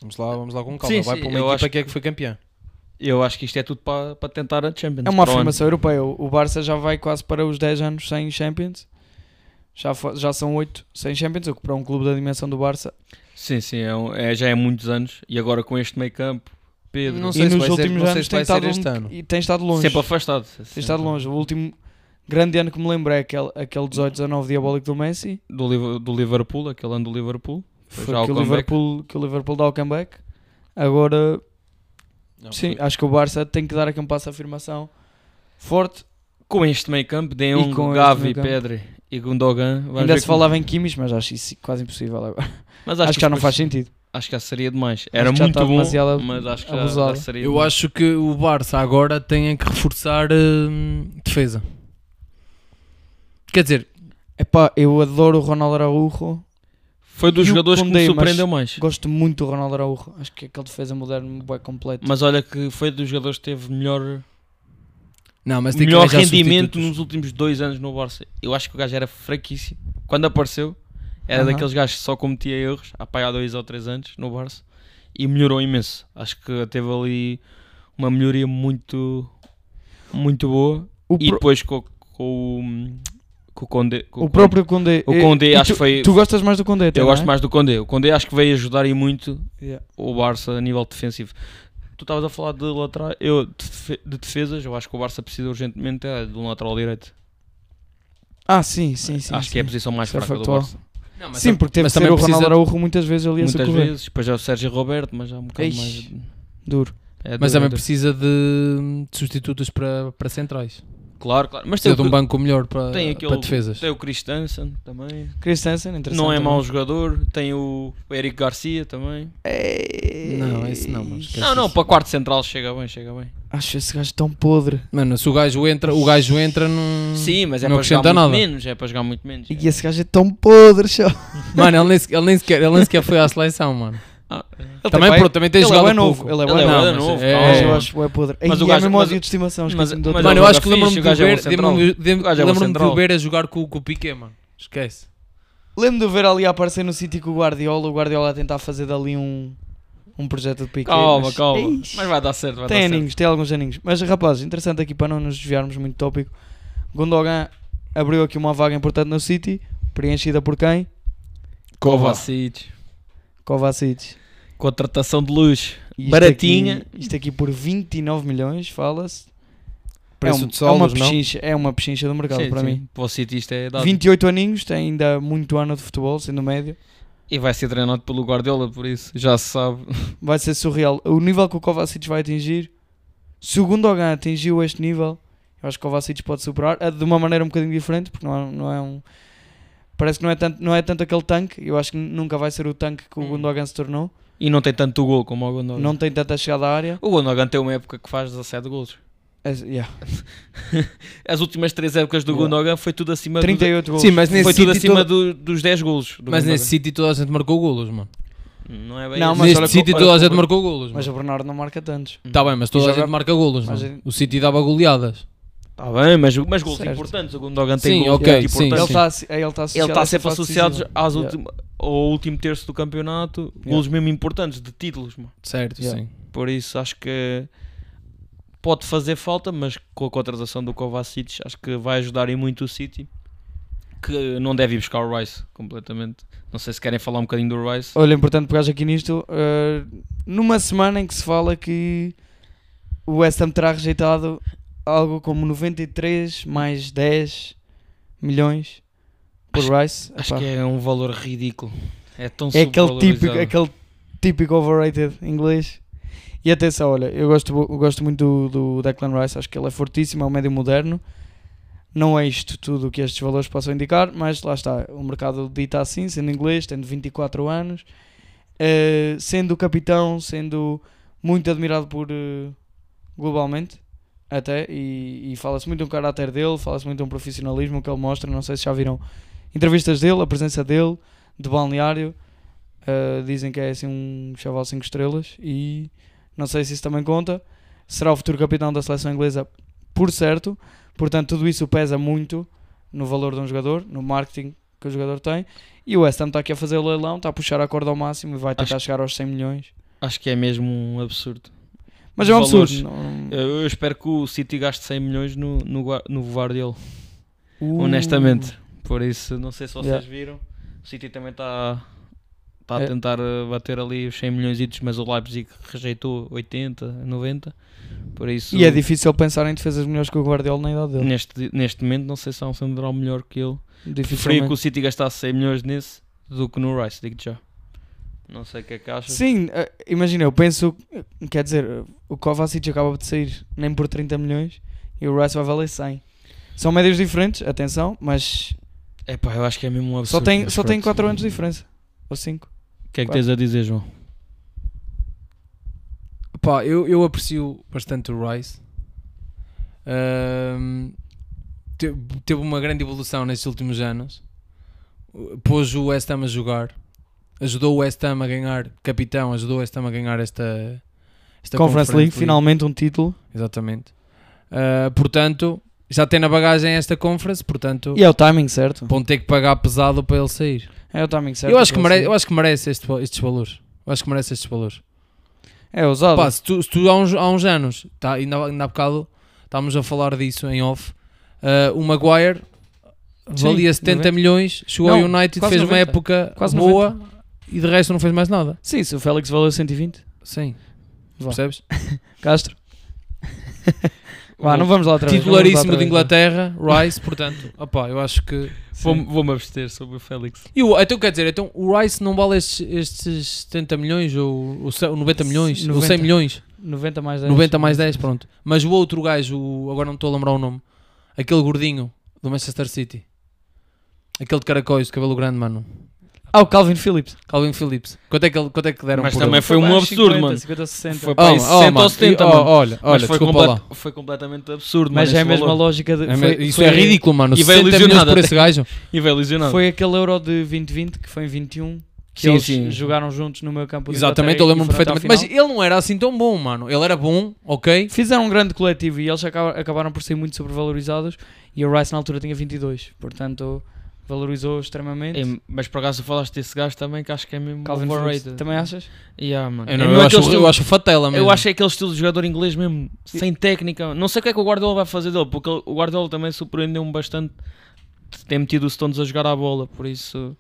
S1: Vamos lá, vamos lá com calma.
S2: Sim,
S1: Vai
S2: sim,
S1: para uma
S2: eu
S1: equipa
S2: acho
S1: que é que foi campeã.
S2: Eu acho que isto é tudo para, para tentar a Champions.
S3: É uma
S2: para o ano.
S3: afirmação europeia. O Barça já vai quase para os 10 anos sem Champions. Já, fo- já são 8 sem Champions, o que para um clube da dimensão do Barça
S2: Sim, sim. É, um- é- já é muitos anos. E agora com este meio campo, Pedro.
S1: Não
S3: E
S1: sei se
S3: nos
S1: vai ser-
S3: últimos
S1: não sei
S3: anos
S1: se
S3: tem
S1: vai ser
S3: estado,
S1: este
S3: um-
S1: ano.
S3: e tem estado longe.
S2: Sempre afastado.
S3: Tem estado longe. O último grande ano que me lembro é aquele, aquele 18-19 diabólico do Messi.
S2: Do, Liv- do Liverpool, aquele ano do Liverpool.
S3: Foi
S2: já o
S3: que, o
S2: comeback.
S3: Liverpool, que o Liverpool dá o comeback. Agora,
S1: Não,
S3: sim,
S1: foi-
S3: acho que o Barça tem que dar aqui um passo de afirmação forte.
S2: Com este meio campo, De
S3: E
S2: um
S3: com este
S2: Gavi,
S3: meio campo.
S2: Pedri e Gundogan. Vamos
S3: Ainda
S2: ver
S3: se
S2: como-
S3: falava em Kimmich, mas acho isso quase impossível agora.
S2: Mas
S3: Acho, que já
S2: isto
S3: não faz
S2: depois-
S3: sentido.
S2: Acho que já tá seria demais. Era
S3: que já
S2: muito
S3: está
S2: bom,
S3: demasiado
S2: mas acho que já- já,
S3: abusado.
S2: seria
S1: Eu
S2: demais.
S1: acho que o Barça agora tem que reforçar hum, defesa. Quer dizer,
S3: Epá, eu adoro o Ronaldo Araújo.
S2: Foi dos
S3: E o
S2: jogadores que me
S3: Koundé, mas-
S2: surpreendeu mais.
S3: Gosto muito do Ronaldo Araújo. Acho que aquele defesa moderno é completo.
S2: Mas olha que foi dos jogadores que teve melhor,
S1: não, mas tem que
S2: melhor
S1: arranjar
S2: rendimento
S1: substitutos.
S2: nos últimos dois anos no Barça. Eu acho que o gajo era fraquíssimo. Quando apareceu, era
S3: Aham.
S2: daqueles gajos que só cometia erros há pá, há dois ou três anos no Barça e melhorou imenso. Acho que teve ali uma melhoria muito, muito boa.
S3: O,
S2: E
S3: pro-
S2: depois com, com, o- com o Conde. com
S3: o
S2: Conde-
S3: próprio Condé.
S2: o
S3: E-
S2: Condé
S3: e
S2: acho
S3: tu-
S2: que foi-
S3: Tu gostas mais do Condé, até,
S2: Eu
S3: não
S2: gosto
S3: é?
S2: mais do Condé. O Condé acho que veio ajudar e muito
S3: Yeah.
S2: o Barça a nível defensivo. Tu estavas a falar de lateral, eu de defe- de defesas, eu acho que o Barça precisa urgentemente é, de um lateral direito.
S3: Ah, sim, sim, sim.
S2: acho
S3: sim.
S2: que é a posição mais
S3: Isso é
S2: fraca do
S3: factual.
S2: Barça.
S1: Não, mas
S3: Sim,
S1: tam-
S3: porque teve
S1: mas
S3: que ser
S1: também
S3: o Ronaldo
S1: precisa-
S3: Araújo muitas vezes ali a
S2: Muitas
S3: socorrer.
S2: vezes, depois é o Sérgio Roberto, mas há um bocado
S3: Eish.
S2: mais.
S3: Duro.
S2: é
S1: Mas
S2: duro,
S1: também
S2: é duro.
S1: precisa de, de substitutos para, para centrais.
S2: Claro, claro. Mas tem,
S1: Precisa
S2: o,
S1: de um banco melhor para,
S2: tem
S1: para
S2: aquele-
S1: defesas.
S2: tem o Christensen também.
S3: Christensen, interessante.
S2: Não é
S3: também.
S2: mau jogador. Tem o Eric Garcia também.
S3: Ei.
S1: Não, esse não, mas
S3: É
S1: esquece
S2: Não, não,
S1: isso.
S2: para quarto central chega bem, chega bem.
S3: Acho esse gajo tão podre.
S1: Mano, se o gajo entra, o gajo entra
S3: Hum.
S1: num.
S2: Sim, mas é
S1: não
S2: para jogar
S1: acrescenta nada.
S2: muito menos. É para jogar muito menos.
S3: E esse gajo é tão podre, show.
S1: Mano, ele nem, sequer, ele, nem sequer, ele nem sequer foi à seleção, mano.
S2: Ah, é.
S1: Também, pronto, também tem
S3: ele
S1: jogado
S3: é bem novo.
S1: pouco.
S3: Ele é
S2: Ele
S3: bem
S2: é
S3: novo.
S2: bué
S1: mas
S2: novo,
S1: é-
S2: calma.
S3: Mas eu
S2: É.
S3: acho que é podre.
S2: Mas
S3: Mas
S2: o
S3: o
S2: gajo-
S3: mesmo
S2: mas-
S3: ódio de estimação.
S2: mas-
S3: esqueci-me
S2: mas
S3: do outro.
S2: ele
S1: Mano, eu
S2: joga
S1: acho que lembro-me
S2: fixe,
S1: de
S2: o
S1: o
S2: gajo é bom
S1: ver-
S2: central.
S1: lembro-me de-
S2: O gajo é bom
S1: lembro-me de o
S2: central.
S1: ver a jogar com, com o Piqué, mano. Esquece.
S3: Lembro-me de ver ali a aparecer no sítio com o Guardiola. O Guardiola a tentar fazer dali um, um projeto de pique.
S2: Calma,
S3: mas- é
S2: calma.
S3: Eish.
S2: Mas vai dar certo, vai
S3: Tem
S2: dar certo.
S3: aninhos, tem alguns aninhos. Mas rapazes, interessante aqui para não nos desviarmos muito do tópico. Gundogan abriu aqui uma vaga importante no City, preenchida por quem?
S2: Kovacic.
S3: Kovacic.
S2: Contratação de luz.
S3: E isto
S2: Baratinha.
S3: aqui- isto aqui por 29 milhões, fala-se.
S1: Preço
S3: é, um-
S1: de solos,
S3: é uma
S1: não?
S3: pechincha, é uma pechincha do mercado
S2: Sim,
S3: para
S2: sim.
S3: mim.
S2: Para o City isto é dado.
S3: 28 aninhos, tem ainda muito ano de futebol, sendo médio.
S2: E vai ser treinado pelo Guardiola, por isso já se sabe.
S3: Vai ser surreal. O nível que o Kovacic vai atingir, se o Gundogan atingiu este nível, eu acho que o Kovacic pode superar eh, de uma maneira um bocadinho diferente, porque não é, não é um. Parece que não é, tanto, não é tanto aquele tanque. Eu acho que nunca vai ser o tanque que o
S2: Hum.
S3: Gundogan se tornou.
S2: E não tem tanto gol como o Gundogan.
S3: Não tem tanta chegada à área.
S2: O Gundogan tem uma época que faz 17 gols.
S3: É, yeah.
S2: As últimas 3 épocas do
S3: Yeah.
S2: Gundogan foi tudo acima, do,
S3: 38 gols.
S1: Sim, mas
S2: foi
S1: nesse
S2: tudo
S1: City,
S2: acima
S1: toda-
S2: do- dos 10 golos. do
S1: mas
S2: Gundogan.
S1: nesse City toda a gente marcou golos, mano.
S2: Não é bem
S3: Não,
S2: isso.
S3: mas
S1: neste
S3: olha que-
S1: City
S3: olha
S1: toda a
S3: que-
S1: gente marcou golos,
S3: Mas
S1: mano.
S3: o Bernardo não marca tantos.
S1: Tá bem, mas
S3: E
S1: toda a
S3: joga-
S1: gente marca golos,
S3: mas
S1: mano.
S3: ele-
S1: O City dava goleadas.
S2: Tá bem, mas, mas gols
S3: Certo.
S2: importantes. O Gundogan tem
S1: Sim,
S2: gols
S1: ok,
S2: muito
S1: sim,
S2: importantes.
S3: Ele
S1: sim.
S3: está ele tá associado
S2: Ele está
S3: a essa
S2: sempre
S3: fase
S2: associado
S3: decisiva.
S2: às
S3: Yeah.
S2: ultima- ao último terço do campeonato, golos mesmo importantes de títulos. Mano.
S1: Certo,
S3: Yeah.
S1: sim.
S2: Por isso acho que pode fazer falta, mas com a contratação do Kovacic acho que vai ajudar e muito o City. que não deve ir buscar o Rice completamente. Não sei se querem falar um bocadinho do Rice.
S3: Olhem, portanto, é pegares aqui nisto, eh, numa semana em que se fala que o West Ham terá rejeitado algo como 93 mais 10 milhões por Rice.
S2: Acho
S3: Epá,
S2: que é um valor ridículo. É tão
S3: é aquele típico,
S2: subvalorizado.
S3: aquele típico overrated inglês. E atenção, olha, eu gosto, bu- eu gosto muito do, do Declan Rice, acho que ele é fortíssimo, é um médio moderno. Não é isto tudo o que estes valores possam indicar, mas lá está, o mercado dita assim, sendo inglês, tendo 24 anos, eh, sendo capitão, sendo muito admirado por eh, globalmente, até, e, e fala-se muito do caráter dele, fala-se muito do profissionalismo que ele mostra, não sei se já viram entrevistas dele, a presença dele, de balneário, Uh, dizem que é assim um chaval 5 estrelas e não sei se isso também conta. Será o futuro capitão da seleção inglesa, por certo. Portanto, tudo isso pesa muito no valor de um jogador, no marketing que o jogador tem. E o West Ham está aqui a fazer o leilão, está a puxar a corda ao máximo e vai tentar chegar aos 100 milhões.
S2: Acho que é mesmo um absurdo.
S3: Mas é um
S2: Valores. eh,
S3: absurdo. não-
S2: Eu, eu espero que o City gaste 100 milhões no, no, Gua- no Guardiola,
S3: Uh,
S2: honestamente. Por isso, não sei se vocês
S3: Yeah.
S2: viram. O City também está tá
S3: É.
S2: a tentar eh, bater ali os 100 milhões, mas o Leipzig rejeitou 80, 90. Por isso,
S3: E é difícil pensar em defesas melhores que o Guardiola na idade dele.
S2: neste, neste momento, não sei se há um central melhor que ele. Preferia que o
S3: Dificilmente.
S2: City gastasse 100 milhões nesse do que no Rice, digo já. Não sei o que é que achas.
S3: Sim, eh, imagina, eu penso, quer dizer, o Kovacic acaba de sair nem por 30 milhões e o Rice vai valer 100. São médias diferentes, atenção, mas
S2: É pá, eu acho que é mesmo um absurdo.
S3: só tem,
S2: mas
S3: só tem
S2: pronto.
S3: 4 anos de diferença. Ou 5.
S2: O que é que
S3: Quatro.
S2: tens a dizer, João?
S1: Pá, eu, eu aprecio bastante o Rice. Ahm, te- teve uma grande evolução nestes últimos anos. Pôs o West Ham a jogar. Ajudou o West Ham a ganhar, capitão, ajudou o West Ham a ganhar esta, esta
S3: Conference League, finalmente um título.
S1: Exatamente. Ah, portanto, já tem na bagagem esta conference, portanto,
S3: E é o timing certo.
S1: vão ter que pagar pesado para ele sair.
S3: É o timing certo.
S1: eu, acho que
S3: para ele
S1: merece, eu acho que merece este val- estes valores. Eu acho que merece estes valores.
S3: sair. É ousado.
S1: Pá, se tu, se tu há, uns, há uns anos, tá, ainda, ainda há bocado estávamos a falar disso em off, ah, o Maguire
S3: Sim,
S1: valia 70
S3: 90.
S1: milhões, chegou ao
S3: Não,
S1: United,
S3: quase
S1: fez uma
S3: 90.
S1: época
S3: Quase
S1: boa e de resto não fez mais nada.
S3: Sim, se o Félix valeu 120.
S1: Sim.
S3: Vá.
S1: Percebes?
S3: Castro. Vá, não vamos lá outra vez. não vamos lá
S1: Titularíssimo
S3: outra
S1: de
S3: vez.
S1: Inglaterra, Rice, portanto, opá, eu acho que.
S2: Vou- Vou-me abster sobre o Félix.
S1: E o, então quer dizer, então, o Rice não vale estes, estes 70 milhões ou, ou se- ou 90 milhões ou
S3: 90.
S1: 100 milhões?
S3: 90 mais 10.
S1: 90 mais 10, pronto. Mas o outro gajo, o- agora não estou a lembrar o nome, aquele gordinho do Manchester City, aquele de caracóis, de cabelo grande, mano,
S3: Ah, o Calvin Phillips.
S1: Calvin Phillips, quanto é que, ele- quanto é que deram
S2: Mas
S1: por
S2: também
S1: ele? oh,
S2: foi um
S3: mais
S2: absurdo,
S3: 50,
S2: mano.
S3: 50, 60.
S2: Foi para aí 60
S1: mano,
S2: ou 70,
S1: e- oh,
S2: mano.
S1: olha,
S2: Mas
S1: olha,
S2: foi,
S1: desculpa
S2: complet-
S1: lá.
S2: foi completamente absurdo,
S3: Mas
S2: mano,
S3: é a
S2: esse
S3: mesma
S2: valor.
S3: lógica. De,
S1: É
S3: foi-
S1: me- Isso
S3: foi-
S1: é ridículo, é? mano.
S2: E veio
S1: 70 milhões
S2: lesionado
S1: por esse gajo.
S2: E veio lesionado.
S3: Foi aquele Euro de 2020 que foi em 21 que
S2: Sim,
S3: eles
S2: sim.
S3: jogaram juntos no meu campo. de
S1: Exatamente, eu
S3: Inglaterra e
S1: lembro-me
S3: foram até à
S1: perfeitamente. Mas
S3: final.
S1: ele não era assim tão bom, mano. Ele era bom, ok.
S3: Fizeram um grande coletivo e eles acaba- acabaram por ser muito sobrevalorizados. E o Rice na altura tinha 22, portanto
S1: É
S3: valorizou extremamente.
S2: Ei, mas por acaso falaste desse gajo também que acho que é mesmo
S3: Calvin Phillips,
S2: overrated.
S3: também achas?
S2: Yeah, mano.
S1: Eu,
S2: É
S1: não,
S2: mesmo
S1: eu,
S2: aquele
S1: acho,
S2: estilo-
S1: eu acho fatela mesmo.
S2: eu acho que é aquele estilo de jogador inglês mesmo, sem técnica. Não sei o que é que o Guardiola vai fazer dele, porque ele- o Guardiola também surpreendeu-me bastante de ter metido o Stones a jogar à bola, por isso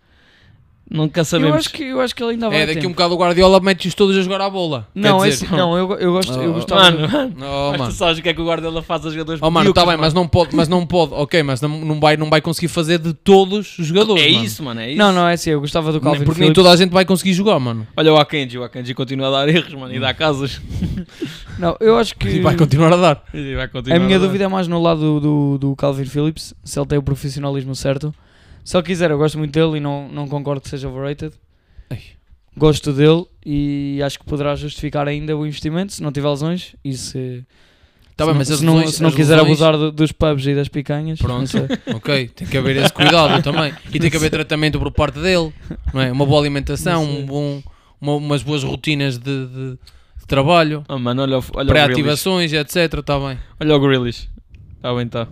S2: nunca
S3: Eu
S2: sabemos.
S3: acho, que, eu acho que ele ainda vai.
S1: É,
S3: a
S1: daqui um
S3: tempo.
S1: bocado o Guardiola mete-os todos a jogar à bola.
S3: Não,
S1: Quer
S3: esse,
S1: dizer,
S3: não eu, go- eu gosto. Eu
S1: Oh,
S3: gostava
S2: Mano,
S1: Oh,
S2: é mas tu
S1: mano.
S2: sabes o que é que o Guardiola faz a jogadores
S1: Oh, mano, está
S2: medíocres,
S1: bem, mas não pode, mas não pode, ok, mas não, não, vai, não vai conseguir fazer de todos os
S2: mano.
S1: jogadores.
S2: É
S1: mano.
S2: isso, mano, é isso.
S3: Não, não, é assim, eu gostava do Calvin
S1: Nem- Porque nem
S3: Phillips.
S1: toda a gente vai conseguir jogar, mano.
S2: Olha o Akanji, o Akanji continua a dar erros, mano, e dá
S1: Hum.
S2: casas.
S3: Não, eu acho que.
S1: E vai continuar a dar.
S2: E vai continuar
S3: A minha
S2: dar.
S3: dúvida é mais no lado do, do Calvin Phillips, se ele tem o profissionalismo certo. Se ele quiser, eu gosto muito dele e não, não concordo que seja overrated.
S1: Ai.
S3: Gosto dele e acho que poderá justificar ainda o investimento se não tiver lesões e se,
S1: Tá
S3: se,
S1: bem,
S3: não,
S1: mas as
S3: se não-
S1: lesões-
S3: se não
S1: as
S3: quiser
S1: lesões-
S3: abusar do- dos pubs e das picanhas.
S1: Pronto.
S3: não sei.
S1: Ok, tem que haver esse cuidado também. E tem que haver tratamento por parte dele, não é? Uma boa alimentação,
S3: Não sei.
S1: um bom, uma- umas boas rotinas de, de- de trabalho,
S2: Ah, mano, olha, o- olha o Grealish.
S1: pré-ativações, etc. Tá bem.
S2: Olha o Grealish. Está bem, está.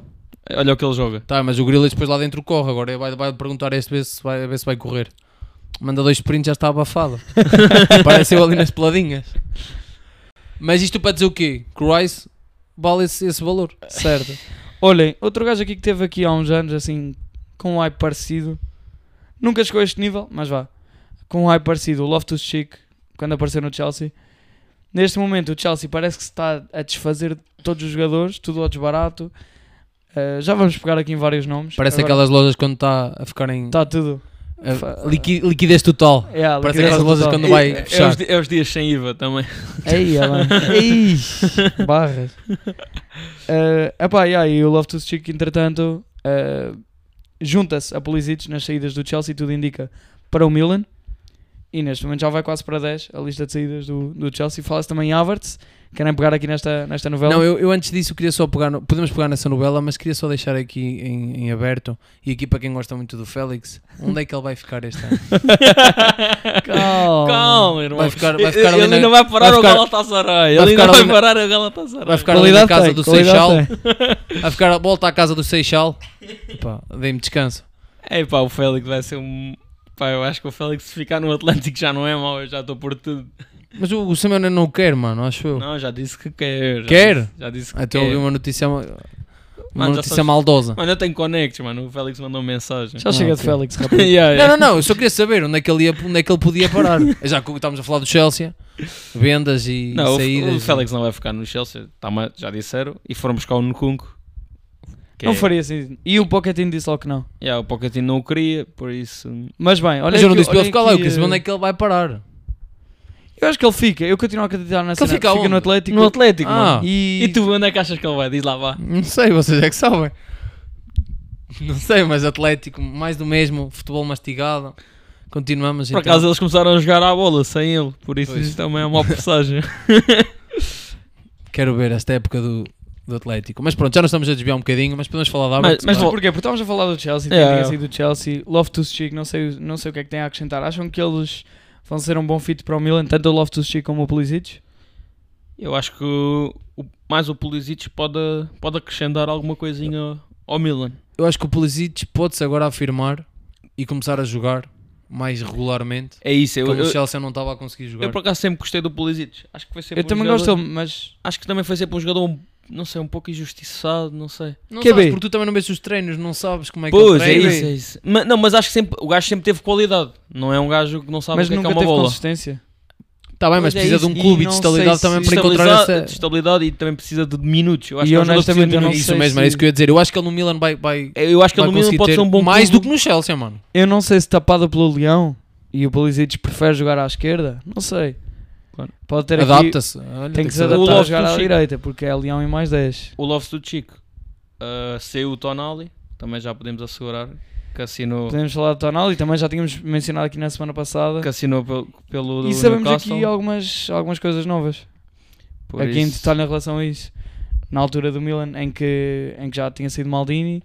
S2: Olha o que ele joga.
S1: Tá, mas o Grealish depois lá dentro corre. Agora vai, vai perguntar a este ver se vai, a ver se vai correr. Manda dois sprints, já está abafado. Apareceu ali nas peladinhas. Mas isto para dizer o quê? Que o Rice vale esse, esse valor.
S3: certo. Olhem, outro gajo aqui que teve aqui há uns anos, assim, com um hype parecido. Nunca chegou a este nível, mas vá. Com um hype parecido, o Loftus Cheek, quando apareceu no Chelsea. Neste momento, o Chelsea parece que se está a desfazer de todos os jogadores, tudo ao desbarato. Eh, já vamos pegar aqui em vários nomes.
S1: Parece
S3: Agora
S1: aquelas lojas quando está a ficarem.
S3: Está tudo. É,
S1: a-
S3: fa-
S1: liqui- liquidez total.
S3: Yeah,
S1: Parece
S3: liquidez
S1: aquelas lojas
S3: total.
S1: quando vai
S2: É- é
S1: fechar.
S2: os di- É, os dias sem IVA também.
S3: Ei, Alan. Ei, barras. Eh, epá, yeah, e o Loftus Cheek, entretanto, eh, junta-se a Pulisic nas saídas do Chelsea, tudo indica, para o Milan. E neste momento já vai quase para 10 a lista de saídas do, do Chelsea. Fala-se também em Havertz. Querem pegar aqui nesta, nesta novela?
S1: Não, eu, eu antes disso queria só pegar. no- podemos pegar nessa novela, mas queria só deixar aqui em, em aberto. E aqui para quem gosta muito do Félix, onde é que ele vai ficar este ano?
S3: Calma.
S2: Calma, irmão.
S1: Vai ficar- vai ficar ali
S2: ele
S1: na-
S2: ainda vai parar
S1: vai ficar-
S2: o Galatasaray.
S1: vai
S2: Ele ainda
S1: ficar
S2: vai
S1: ali na-
S2: parar o Galatasaray.
S1: Vai ficar ali na
S3: Qualidade
S1: casa
S3: tem,
S1: do
S3: qualidade
S1: Seixal.
S3: tem.
S1: A ficar a volta à casa do Seixal. Epá, Dei-me descanso.
S2: É pá, o Félix vai ser um. Pá, eu acho que o Félix se ficar no Atlântico já não é mau, eu já estou por tudo.
S1: Mas o, o Simeone não o quer, mano, acho eu.
S2: Não, já disse que quer. já
S1: Quer?
S2: disse- Já disse que
S1: Até
S2: quer.
S1: ouvi uma notícia. Uma
S2: Mano, já
S1: notícia
S2: sabes-
S1: maldosa.
S2: Mano, eu tenho connects, mano. O Félix mandou mensagem.
S3: Já chega de
S1: ok.
S3: Félix, rapaz.
S2: Yeah,
S1: Não,
S2: yeah.
S1: não, não, eu só queria saber onde é que ele, ia, onde é que ele podia parar. Já que estávamos a falar do Chelsea, vendas e
S2: Não, o-
S1: saídas.
S2: o, Félix não vai ficar no Chelsea, tá ma- já disseram. E foram buscar o Nkunku. que
S3: Não
S2: é-
S3: faria assim. E o Pochettino disse logo que não.
S2: Yeah, o Pochettino não o queria, por isso.
S3: Mas bem, olha
S1: Mas eu não
S3: aqui-
S1: disse para ele
S3: olha
S1: ficar lá, eu
S3: aqui,
S1: queria saber
S3: eh,
S1: onde é que ele vai parar.
S3: Eu acho que ele fica. Eu continuo a acreditar na
S1: Que ele
S3: cena.
S1: fica
S3: Fica,
S1: aonde?
S3: no Atlético.
S2: No Atlético,
S1: Ah.
S2: mano.
S3: E,
S2: E tu, onde é que achas que ele vai? Diz lá, vá.
S1: Não sei, vocês é que sabem. Não sei, mas Atlético, mais do mesmo, futebol mastigado. Continuamos
S2: Por
S1: então.
S2: acaso eles começaram a jogar à bola sem ele, por isso
S1: Pois.
S2: isso também é uma presságio.
S1: Quero ver esta época do, do Atlético. Mas pronto, já nos estamos a desviar um bocadinho, mas podemos falar da
S2: Mas-
S1: Aberto.
S2: mas
S3: Mas
S2: Bom.
S3: porquê? Porque estávamos a falar do Chelsea, tem
S2: Yeah.
S3: yeah. saído do Chelsea, Loftus-Cheek, não sei, não sei o que é que tem a acrescentar. Acham que eles vão ser um bom fit para o Milan, tanto o Loftus-Cheek como o Pulisic?
S2: Eu acho que o, o- mais o Pulisic pode, pode acrescentar alguma coisinha ao Milan.
S1: Eu acho que o Pulisic pode-se agora afirmar e começar a jogar mais regularmente.
S2: É isso, eu,
S1: como o
S2: eu,
S1: Chelsea não estava a conseguir jogar.
S2: eu por acaso sempre gostei do Pulisic. Acho que foi
S3: Eu,
S2: sempre um
S3: também
S2: jogador-
S3: gosto dele, mas
S2: Acho que também foi sempre um jogador, um- não sei, um pouco injustiçado, não sei.
S1: Não
S3: Quer
S1: sabes,
S3: ver?
S1: porque tu também não vês os treinos, não sabes como é que
S2: Pois,
S1: ele
S2: é
S1: treina.
S2: isso, é isso. Mas, não, mas acho que sempre, o gajo sempre teve qualidade. Não é um gajo que não sabe
S3: mas
S2: o que é que é
S3: nunca
S2: uma
S3: teve
S2: bola.
S3: consistência.
S1: Está bem, mas
S2: Pois é
S1: precisa de
S2: isso,
S1: um
S3: e
S1: clube e de
S3: não
S1: estabilidade
S3: sei se-
S1: também para encontrar
S2: Estabilidade-
S1: essa...
S2: de estabilidade e também precisa de minutos. Eu acho
S3: E
S2: que é um jogador que precisa de
S3: honestamente eu não
S2: minutos.
S1: Isso
S3: sei
S1: mesmo,
S3: se-
S1: era isso que eu ia dizer. Eu acho que ele no Milan vai, vai,
S2: Eu acho É que
S1: vai
S2: ele no Milan
S1: conseguir
S2: pode
S1: ter
S2: ser um bom
S1: mais
S2: clube.
S1: do que no Chelsea, mano.
S3: Eu não sei se tapado pelo Leão e o Pulisic prefere jogar à esquerda, não sei.
S2: Claro.
S3: Pode ter aqui...
S1: Adapta-se. Olha,
S3: Tem que se
S2: adaptar.
S3: adaptar
S2: O
S3: a jogar à
S2: Loftus-Cheek.
S3: direita, porque é Leão e mais 10.
S2: O Love do Chico. Uh, saiu o Tonali, também já podemos assegurar que assinou,
S3: Podemos falar do Tonali, também já tínhamos mencionado aqui na semana passada.
S2: que assinou pelo, pelo
S3: E sabemos
S2: Newcastle.
S3: aqui algumas, algumas coisas novas.
S2: Por
S3: aqui É em
S2: isso-
S3: detalhe em relação a isso. Na altura do Milan, em que, em que já tinha sido Maldini,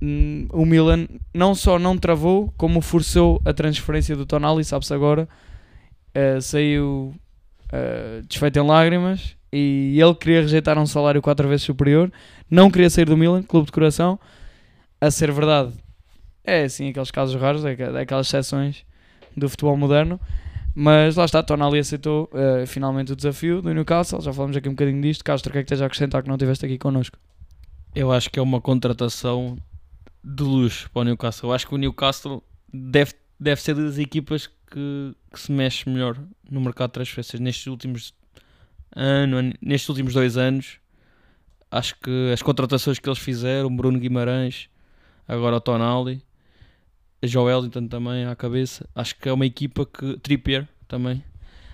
S3: hum, o Milan não só não travou, como forçou a transferência do Tonali, sabe-se agora. Eh, saiu eh, desfeito em lágrimas e ele queria rejeitar um salário quatro vezes superior. Não queria sair do Milan, clube de coração. A ser verdade, é assim aqueles casos raros, daque- daquelas exceções do futebol moderno. Mas lá está, Tonali aceitou eh, finalmente o desafio do Newcastle. Já falamos aqui um bocadinho disto. Castro, o que é que tens a acrescentar que não estiveste aqui connosco?
S2: Eu acho que é uma contratação de luxo para o Newcastle. Eu acho que o Newcastle deve, deve ser das equipas que, que se mexe melhor no mercado de transferências nestes últimos ano, an- nestes últimos dois anos. Acho que as contratações que eles fizeram, Bruno Guimarães, agora o Tonali, Joel então também à cabeça. Acho que é uma equipa que Trippier também.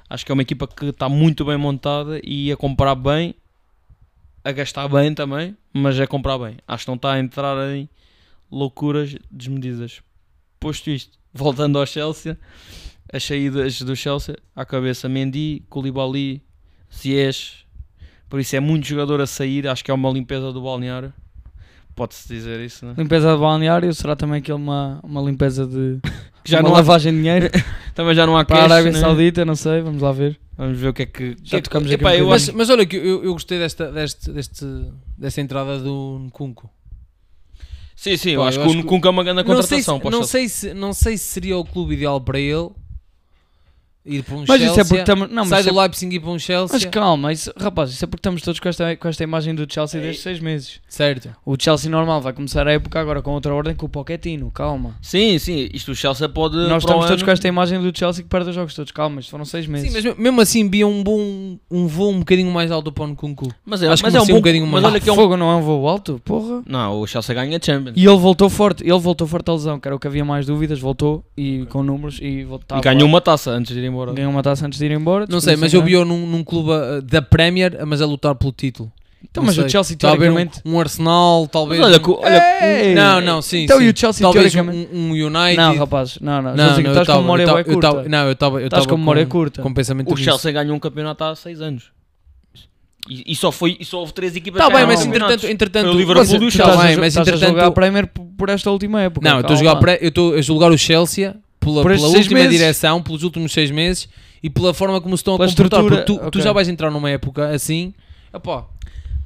S2: Acho que é uma equipa que está muito bem montada e a comprar bem a gastar bem também, mas a comprar bem. Acho que não está a entrar em loucuras desmedidas. Posto isto, voltando ao Chelsea, as saídas do Chelsea, à cabeça Mendy, Koulibaly, Ziyech, por isso é muito jogador a sair, acho que é uma limpeza do balneário. Pode-se dizer isso, né?
S3: Limpeza de balneário, será também aquilo uma, uma limpeza de.
S2: Que já
S3: uma
S2: não há,
S3: lavagem de dinheiro
S2: também já não há
S3: para a
S2: cash,
S3: Arábia
S2: né?
S3: Saudita, não sei, vamos lá ver.
S2: Vamos ver o que é que.
S3: Já
S2: que é que-
S3: tocamos aqui
S2: Epá,
S3: um
S2: eu
S3: bocadinho.
S2: acho-
S1: Mas, mas olha, que eu, eu gostei desta, deste, deste, desta entrada do Nkunku.
S2: Sim, sim, eu
S1: Pá,
S2: acho
S1: eu
S2: que
S1: acho
S2: o
S1: que-
S2: Nkunku é uma grande
S1: Não sei,
S2: contratação.
S1: se,
S2: para o
S1: não, sei
S2: Chelsea.
S1: se, não sei se seria o clube ideal para ele, ir para um
S3: Mas
S1: Chelsea,
S3: isso é porque estamos. Não,
S1: sai
S3: mas, isso é-
S1: do Leipzig e ir para um Chelsea,
S3: mas calma, isso, rapaz, isso é porque estamos todos com esta, com esta imagem do Chelsea desde seis meses.
S1: certo?
S3: O Chelsea normal vai começar a época agora com outra ordem com o Pochettino, calma.
S2: Sim, sim, isto o Chelsea pode. para o
S3: Nós estamos todos
S2: ano-
S3: com esta imagem do Chelsea que perde os jogos todos, calma, isto foram seis meses.
S1: Sim, mas me- mesmo assim via um, bom, um voo um bocadinho mais alto para o Kunku.
S2: Mas é,
S1: Acho que
S2: mas é um
S1: merecia
S2: bom.
S1: um bocadinho
S2: mas
S1: mais.
S2: olha que é um.
S3: Fogo não é um voo alto, porra.
S2: Não, o Chelsea ganha Champions.
S3: E ele voltou forte, ele voltou forte à lesão, que era o que havia mais dúvidas, voltou e com números e voltava.
S2: E ganhou um uma taça antes de ir embora.
S3: ganhou uma taça antes de ir embora.
S1: Não sei, mas eu vi-o
S3: despedir-se
S1: num, num clube ah, da Premier, mas a lutar pelo título.
S3: Então,
S1: Não
S3: mas
S1: sei.
S3: o Chelsea
S1: Talvez
S3: teoricamente.
S1: um, um Arsenal,
S2: Mas
S1: talvez.
S2: olha,
S1: um-
S2: que- olha,
S3: Ei!
S1: Não, não, sim.
S3: Então
S1: sim.
S3: e o Chelsea
S1: Talvez um,
S3: teoricamente.
S1: um United.
S3: Não, rapaz, não, não.
S1: não,
S3: Estás
S1: não, eu
S3: estás com
S1: tava-
S3: memória
S1: eu
S3: bué
S1: tava- eu tava-
S3: curta.
S1: Não, eu estava. Eu
S3: Estás
S1: tava
S3: com memória
S1: com,
S3: curta.
S1: com pensamento
S2: o
S1: nisso.
S2: Chelsea ganhou um campeonato há 6 anos. E, e só foi, e só houve 3 equipas
S1: Tá
S2: que
S1: bem,
S2: ganharam
S1: mas
S2: campeonatos.
S1: entretanto, entretanto
S2: Foi o Liverpool
S1: mas-
S2: do
S1: tá
S2: Chelsea.
S1: bem,
S3: Estás a-
S1: mas
S3: estás a jogar a
S1: entretanto,
S3: Premier por- por esta última época.
S1: não, eu estou a jogar
S3: calma.
S1: pré- eu estou a julgar o Chelsea pela,
S3: Por estes
S1: pela
S3: seis
S1: última
S3: meses.
S1: direção, pelos últimos seis meses e pela forma como se estão a
S3: Pela
S1: comportar, porque tu,
S3: estrutura,
S1: tu
S3: ok.
S1: já vais entrar numa época assim. Epá,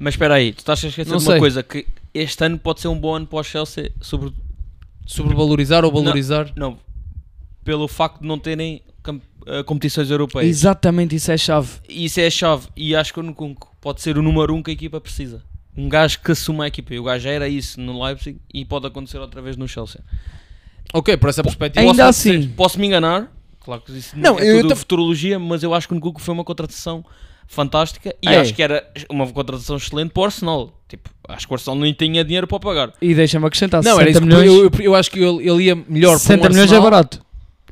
S2: Mas espera aí, tu estás a esquecer
S1: Não
S2: de uma
S1: sei.
S2: coisa: que este ano pode ser um bom ano para o Chelsea, sobre,
S1: sobrevalorizar ou valorizar.
S2: não, pelo facto de não terem cam- eh, competições europeias.
S3: Exatamente, isso é chave.
S2: E Isso é a chave. E acho que o Nkunku pode ser o número 1 um que a equipa precisa. Um gajo que assuma a equipa. E o gajo já era isso no Leipzig e pode acontecer outra vez no Chelsea.
S1: Ok, por essa perspectiva.
S3: Ainda
S1: posso-
S3: assim,
S2: Posso me enganar? Claro que isso
S1: Não,
S2: não,
S1: eu
S2: é tudo
S1: ta-
S2: futurologia, mas eu acho que o Nkunku foi uma contratação fantástica e
S3: É.
S2: acho que era uma contratação excelente para o Arsenal. Tipo, acho que o Arsenal nem tinha dinheiro para pagar.
S3: e deixa-me acrescentar:
S1: Não,
S3: 60
S1: era isso que eu,
S3: milhões,
S1: eu, eu acho que ele, ele ia melhor
S3: 60
S1: para um
S3: milhões é
S1: Arsenal.
S3: barato.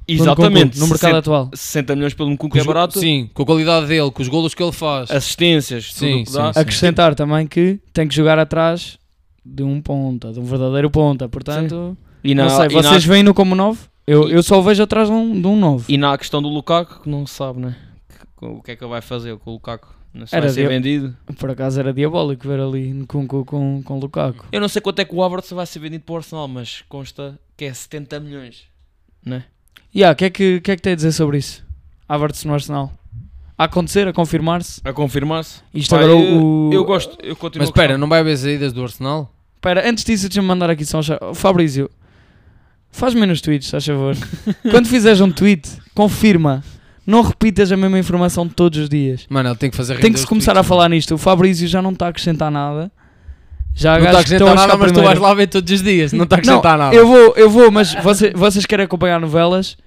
S2: Exatamente.
S3: No mercado
S2: 60
S3: atual.
S2: 60 milhões pelo Nkunku
S1: Com
S2: é
S1: os go-
S2: barato.
S1: Sim, com a qualidade dele, com os golos que ele
S3: É,
S1: faz.
S2: Assistências,
S1: Sim,
S2: tudo o que dá.
S1: sim.
S3: Acrescentar também que tem que jogar atrás de um ponta, de um verdadeiro ponta. Portanto,
S2: E na,
S3: não sei,
S2: e na-
S3: vocês veem-no como 9? Eu, eu só o vejo atrás de um, de um 9.
S2: E na questão do Lukaku, que não se sabe, né? Que- O que é que ele vai fazer com o Lukaku? Não se
S3: Era
S2: vai ser
S3: dele.
S2: vendido.
S3: Por acaso era diabólico ver ali com, com, com, com Lukaku.
S2: Eu não sei quanto é que o Havertz vai ser vendido para o Arsenal, mas consta que é 70 milhões.
S3: E yeah, o que, é que, que é que tem a dizer sobre isso? Havertz no Arsenal. A acontecer, a confirmar-se.
S2: A confirmar-se.
S3: Isto
S2: Pá,
S3: agora
S2: eu,
S3: o.
S2: eu gosto, eu continuo
S1: Mas
S2: a gostar.
S1: espera, não vai haver saídas do Arsenal?
S3: Espera, antes disso, deixa-me mandar aqui só um chá. Fabrício, faz menos tweets, faz favor. Quando fizeres um tweet, confirma. Não repitas a mesma informação todos os dias.
S1: Mano, ele tem que fazer
S3: Tem
S1: render
S3: que se
S1: os
S3: começar a
S1: tweets, é?
S3: falar nisto. O Fabrício já não está a acrescentar nada. Já há
S1: Não está a
S3: gajos que estão
S1: acrescentar nada,
S3: achar
S1: mas tu
S3: primeiro.
S1: vais lá ver todos os dias. Não está a
S3: Não,
S1: acrescentar nada.
S3: Eu vou, eu vou, mas vocês, vocês querem acompanhar novelas?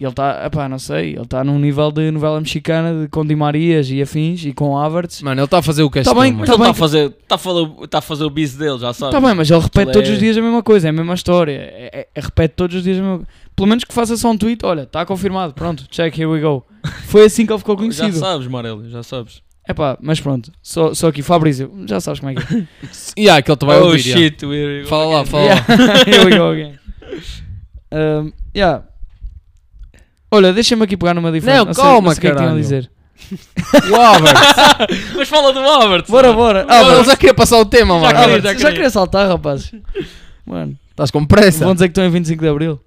S3: Ele está, pá, não sei, ele está num nível de novela mexicana de, com Di Marias e afins e com Havertz.
S1: Mano, ele está a fazer o que é
S3: Tá bem,
S1: mano.
S2: Mas
S3: tá-
S2: ele está
S3: bem
S2: a fazer, está a fazer, está a fazer o bis dele, já sabes.
S3: Está Tá bem, mas ele repete
S2: Aquilo
S3: todos
S2: é-
S3: os dias a mesma coisa, é a mesma história. É- é- é- repete todos os dias a mesma coisa. Pelo menos que faça só um tweet, olha, está confirmado, pronto, check, here we go. Foi assim que ele ficou
S2: já
S3: conhecido.
S2: sabes, Marelo, já sabes.
S3: É pá, mas pronto, só, só aqui, Fabrício, já sabes como é que é.
S1: E há, ah, que ele te vai
S2: oh
S1: ouvir. já.
S2: shit, we're-
S1: Fala lá, fala
S3: Yeah.
S1: lá.
S3: Here we go again. Um, yeah. Olha, deixa-me aqui pegar numa diferença.
S1: Não,
S3: sei-
S1: calma,
S3: sei o que é que tinha a
S1: caralho.
S3: dizer.
S1: O Havertz.
S2: Mas fala do Havertz.
S3: Bora, bora. Ah,
S1: Ele
S3: mano,
S1: já queria passar o tema,
S2: Já
S1: mano.
S2: queria.
S3: ah, já, queria saltar, rapaz. Mano,
S1: Estás com pressa.
S3: vão dizer que estão em 25 de Abril.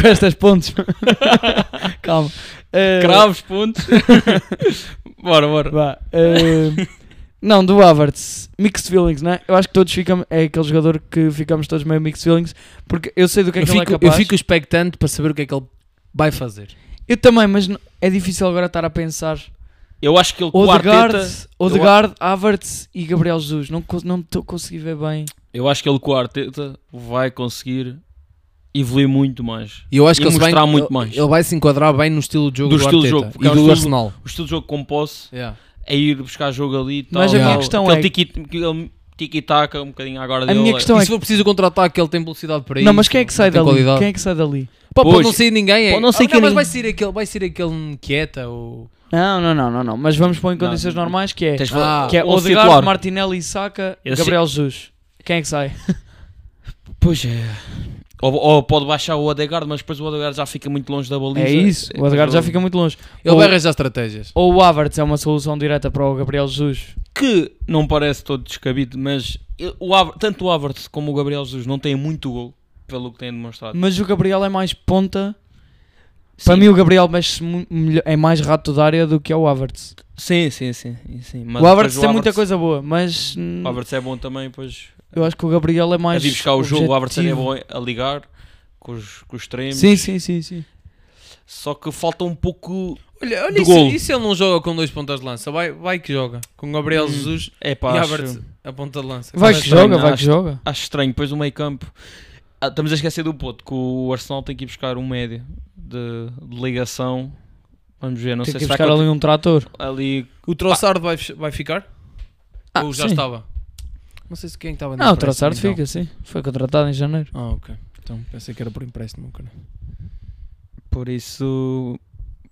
S3: Com estas pontes. Calma. Eh,
S2: Cravos, pontos. bora, bora.
S3: vá, eh, não, do Havertz. Mixed feelings, né? Eu acho que todos ficam. É aquele jogador que ficamos todos meio mixed feelings. Porque eu sei do que é
S1: Eu
S3: que ele é
S1: fico, eu
S3: capaz.
S1: fico expectante para saber o que é que ele vai fazer.
S3: Eu também, mas n- é difícil agora estar a pensar.
S2: Eu acho que ele com o
S3: Odegaard,
S2: Arteta...
S1: é-
S3: Odegaard, Havertz e Gabriel Jesus. Não estou não tô a conseguir ver bem.
S2: Eu acho que ele com o Arteta vai conseguir evoluir muito mais.
S1: E eu acho
S2: E
S1: que ele se vai,
S2: mostrar muito
S1: ele,
S2: mais.
S1: ele vai se enquadrar bem no estilo de jogo
S2: Do
S1: do,
S2: estilo de
S1: Arteta
S2: jogo, porque é um
S1: e do
S2: estilo-
S1: Arsenal.
S2: O estilo de jogo com posse
S1: Yeah.
S2: é ir buscar jogo ali e tal.
S3: Mas
S1: a minha
S2: tal.
S3: questão
S2: Aquele
S3: é-
S2: tiki- aquele tiki-taka um bocadinho agora
S3: A
S2: dele.
S3: minha questão
S1: e
S3: é
S1: se for preciso contra-ataque, ele tem velocidade para isso.
S3: Não, mas quem é que sai
S1: tem
S3: dali?
S1: qualidade.
S3: Quem é que sai dali?
S1: Pá, pode
S2: Pois.
S1: não sair ninguém. É.
S2: Pode não sair
S1: Ah, mas
S2: ninguém.
S1: vai sair aquele, vai sair aquele quieta ou
S3: Não, não, não, não, não. Mas vamos pôr em
S2: Não,
S3: condições
S2: não.
S3: normais que é,
S2: Tens de
S1: Ah,
S2: falar-
S3: que é
S2: Onze
S3: Odegaard,
S2: titular.
S3: Martinelli, Saka,
S2: Eu
S3: Gabriel Jesus. Quem é que sai?
S2: Pois é. Ou, ou pode baixar o Odegaard, mas depois o Odegaard já fica muito longe da baliza.
S3: É isso. O Odegaard já fica muito longe.
S1: ele
S3: Ou-
S1: vai arranjar estratégias.
S3: Ou o Havertz é uma solução direta para o Gabriel Jesus.
S2: Que não parece todo descabido, mas eu- o Haver- tanto o Havertz como o Gabriel Jesus não têm muito gol, pelo que têm demonstrado.
S3: Mas o Gabriel é mais ponta.
S2: Sim.
S3: Para mim o Gabriel mexe-se mu- melhor- é mais rato da área do que é o Havertz.
S2: Sim, sim, sim. sim. Mas
S3: o
S2: depois
S3: Havertz tem muita
S2: Havertz-
S3: coisa boa, mas hum,
S2: O Havertz é bom também, pois...
S3: eu acho que o Gabriel é
S2: a
S3: mais
S2: vir buscar o jogo, o Havertz é
S3: objetivo.
S2: bom a ligar com os, com os extremos.
S3: Sim, sim, sim, sim.
S2: Só que falta um pouco.
S1: Olha,
S2: Do
S1: olha isso,
S2: golo.
S1: e se ele não joga com dois pontas de lança? Vai, vai que joga. Com Gabriel Jesus
S2: É
S1: e
S2: pá, acho,
S1: Havertz a ponta de lança.
S3: Vai que
S2: Mas também
S3: joga, vai
S2: acho-
S3: que joga.
S2: acho estranho. Depois o meio campo. Ah, estamos a esquecer do ponto que o Arsenal tem que ir buscar um médio de, de ligação. Vamos ver, não
S3: Tem
S2: sei
S3: que
S2: se vai
S3: buscar ali um trator.
S2: conti- ali
S1: O Trossard vai, fech- vai ficar?
S3: Ah,
S1: Ou já
S3: sim.
S1: estava? Não sei se quem é estava no
S3: Não, o
S1: empréstimo,
S3: Traçardo
S1: então.
S3: fica, sim. Foi contratado em janeiro.
S1: Ah, ok. Então pensei que era por empréstimo. né? cara.
S2: Por isso,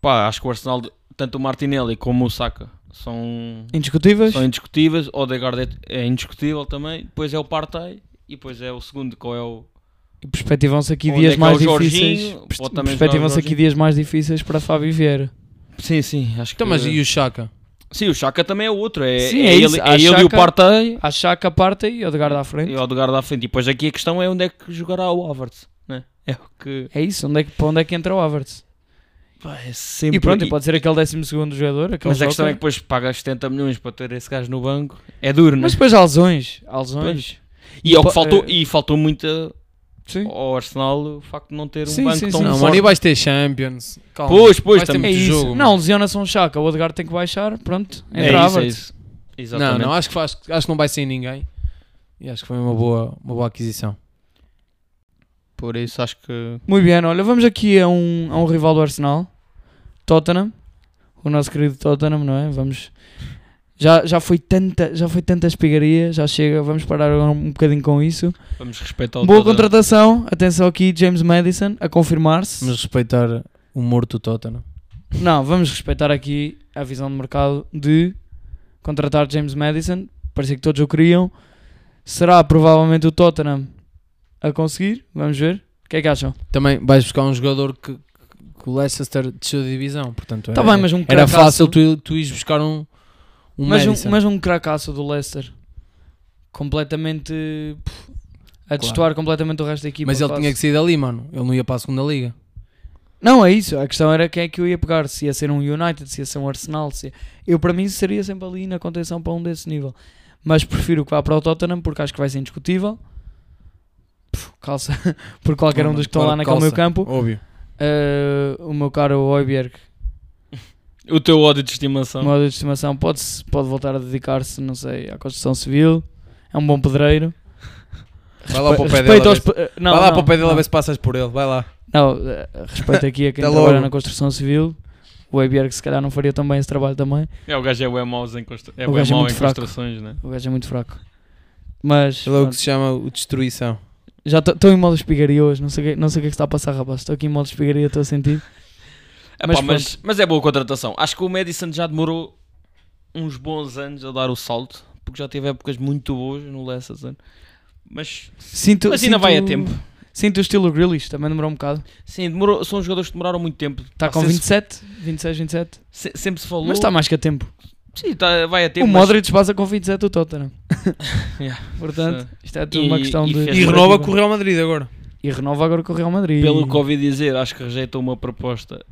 S2: pá, acho que o Arsenal, tanto o Martinelli como o Saka, são,
S3: Indiscutíveis?
S2: são indiscutíveis. O Odegaard é, é indiscutível também. Depois é o Partey e depois é o segundo, qual é o...
S3: E perspectivam-se aqui
S2: Onde é
S3: dias
S2: que é
S3: mais
S2: o Jorginho?
S3: difíceis.
S2: Pode
S3: Pers-
S2: também
S3: Perspectivam-se
S2: jogar o
S3: aqui dias mais difíceis para Fábio Vieira.
S2: Sim, sim, acho
S1: Então,
S2: que...
S1: mas e o Chaka?
S2: Sim, o Chaka também é outro. É,
S3: Sim,
S2: é
S3: é isso.
S2: ele,
S3: Há
S2: é ele e o
S3: Xhaka-
S2: Partey
S3: A Chaca à parte e o de guarda à
S2: e
S3: frente.
S2: o Odegaard à frente. E depois aqui a questão é onde é que jogará o Havertz, né? É o que...
S3: É isso, onde é que, para onde é que entra o Havertz?
S2: Pá, é sempre...
S3: E pronto, e pode ser aquele 12 jogador. Aquele
S2: Mas a questão
S3: joker.
S2: é que depois pagas 70 milhões para ter esse gajo no banco. É duro, né?
S3: Mas depois há lesões. Há lesões.
S2: E, é o que
S3: po-
S2: faltou,
S3: eh,
S2: e faltou muita...
S3: Sim.
S2: ao Arsenal o facto de não ter um
S3: Sim,
S2: banco
S3: sim,
S2: tão
S3: sim.
S1: Não,
S2: forte.
S1: mano, e vais ter Champions. Calma.
S2: Pois, pois,
S1: Vais ter
S2: também.
S3: É
S1: muito
S3: isso.
S1: jogo, mano.
S3: não, lesiona-se um Chaca. O Odegaard tem que baixar. Pronto,
S2: É
S3: entra
S2: isso, é
S3: Havertz.
S2: isso.
S1: Não,
S2: Exatamente.
S1: não, acho que, faz, acho que não vai sair ninguém. E acho que foi uma boa, uma boa aquisição.
S2: Por isso acho que...
S3: Muito bem, olha, vamos aqui a um, a um rival do Arsenal, Tottenham, o nosso querido Tottenham, não é? Vamos. Já, já foi tanta, já foi tanta espigaria, já chega, vamos parar agora um bocadinho com isso.
S2: Vamos respeitar o
S3: Boa
S2: todo-
S3: contratação, atenção aqui, James Madison, a confirmar-se.
S1: Mas respeitar o morto Tottenham.
S3: Não, vamos respeitar aqui a visão de mercado de contratar James Madison. Parecia que todos o queriam. Será provavelmente o Tottenham a conseguir? Vamos ver. O que é que acham?
S1: Também vais buscar um jogador que, que o Leicester desceu de divisão. Portanto,
S3: Tá
S1: era,
S3: bem, mas um
S1: era
S3: cracaço-
S1: fácil tu, tu ires buscar um, um
S3: mas,
S1: Madison.
S3: um, mas um cracaço do Leicester completamente puf, a destoar completamente o resto da equipa.
S1: Mas ele
S3: quase.
S1: tinha que sair dali, mano. Ele não ia para a segunda liga.
S3: Não, é isso. A questão era quem é que eu ia pegar. Se ia ser um United, se ia ser um Arsenal. Se ia- Eu, para mim, seria sempre ali na contenção para um desse nível. Mas prefiro que vá para o Tottenham porque acho que vai ser indiscutível. Puf, calça por qualquer um dos que estão lá
S1: Claro,
S3: naquele meu
S1: calça.
S3: campo.
S1: Óbvio.
S3: Eh, o meu caro Oiberg,
S2: O teu ódio de
S3: o
S2: estimação.
S3: meu ódio de estimação, pode, pode voltar a dedicar-se, não sei, à construção civil. É um bom pedreiro.
S1: Vai lá para o pé dele.
S3: Respeito
S1: a
S3: aos
S1: ver se-
S3: pe- eh, não,
S1: vai lá
S3: não,
S1: para o pé dele
S3: não.
S1: a ver se passas por ele. Vai lá.
S3: Não, eh, respeito aqui a quem
S1: Até
S3: trabalha
S1: logo.
S3: na construção civil. O Eiberg se calhar não faria tão bem esse trabalho também.
S2: É, o gajo é bué mau em, constru... é
S3: O
S2: bué
S3: gajo é
S2: mau
S3: muito
S2: em
S3: fraco.
S2: construções, né?
S3: O gajo é muito fraco. Mas
S1: Ele é o que
S3: pronto,
S1: se chama o Destruição.
S3: já estou em modo espigaria hoje. Não sei, o que- não sei o que é que está a passar, rapaz. Estou aqui em modo espigaria, estou a sentir.
S2: É,
S3: Mas
S2: pá, mas, mas é boa contratação. Acho que o Madison já demorou uns bons anos a dar o salto, porque já teve épocas muito boas no Leicester. Mas,
S3: Sinto,
S2: mas ainda
S3: sinto-
S2: vai a tempo.
S3: Sinto o estilo Grealish, também demorou um bocado.
S2: Sim, demorou, são jogadores que demoraram muito tempo. Pá,
S3: Está Tá com
S2: sempre
S3: 27, 26, 27.
S2: se- sempre se falou.
S3: Mas está mais que a tempo.
S2: Sim, tá- vai a tempo.
S3: o
S2: mas-
S3: Modric passa com 27 o Tottenham.
S2: Yeah.
S3: Portanto, isto é tudo
S2: E-
S3: uma questão
S2: e
S3: de...
S2: fez-
S1: E renova com o Real Madrid agora.
S3: E renova agora com o Real Madrid.
S2: Pelo que ouvi dizer, acho que rejeita uma proposta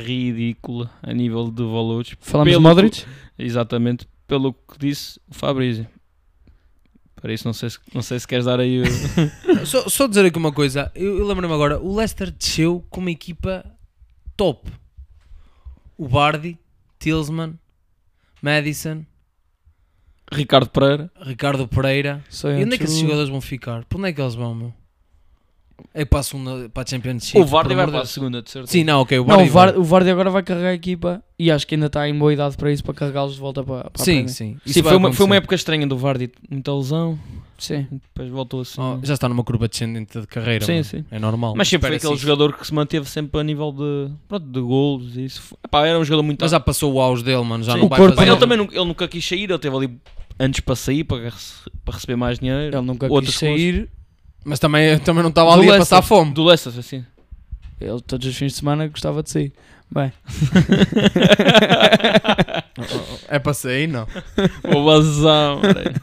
S2: ridícula a nível de valores.
S3: Falamos
S2: pelo
S3: de Modric?
S2: Exatamente pelo que disse o Fabrício. Para isso, não sei se, não sei se queres dar aí o.
S1: Só, só dizer aqui uma coisa, eu, eu lembro-me agora, o Leicester desceu com uma equipa top. O Bardi, Tillsman, Madison,
S2: Ricardo Pereira.
S1: Ricardo Pereira.
S3: Sou
S1: E onde é que
S3: antes
S1: esses
S3: o-
S1: jogadores vão ficar? Por onde é que eles vão, meu? É para a, segunda, para a Championship.
S2: O Vardy
S1: por
S2: vai
S1: amor de
S2: para a
S1: Deus.
S2: segunda, de certeza.
S1: Sim, não, ok, o Vardy
S3: Não, o
S1: vai.
S3: Vardy, o Vardy agora vai carregar a equipa e acho que ainda está em boa idade para isso, para carregá-los de volta para, para
S1: Sim,
S3: a Premier.
S1: sim.
S2: Sim,
S1: isso vai
S2: foi, uma, foi uma
S1: acontecer.
S2: época estranha do Vardy. Muita lesão.
S3: Sim.
S2: Depois voltou assim.
S1: Oh, já está numa curva descendente de carreira.
S2: Sim,
S1: mano.
S2: sim.
S1: É normal.
S2: Mas sempre foi
S1: Espera-se
S2: aquele
S1: isso.
S2: jogador que se manteve sempre a nível de, pronto, de golos e isso. Epá, era um jogador muito
S1: Mas ah, é já passou o auge dele, mano. Já
S2: Sim.
S1: não
S3: O
S1: vai
S3: corpo
S2: Mas
S1: fazer.
S2: ele também nunca, ele nunca quis sair, ele teve ali antes para sair, para, rece- para receber mais dinheiro.
S3: Ele nunca
S2: Outros
S3: quis sair.
S1: Mas também, também não estava
S3: Do
S1: ali a
S3: Leicester.
S1: passar fome.
S2: Do Leicester, assim.
S3: Ele todos os fins de semana gostava de sair. Bem,
S1: É para sair, não.
S2: o vazão. olha.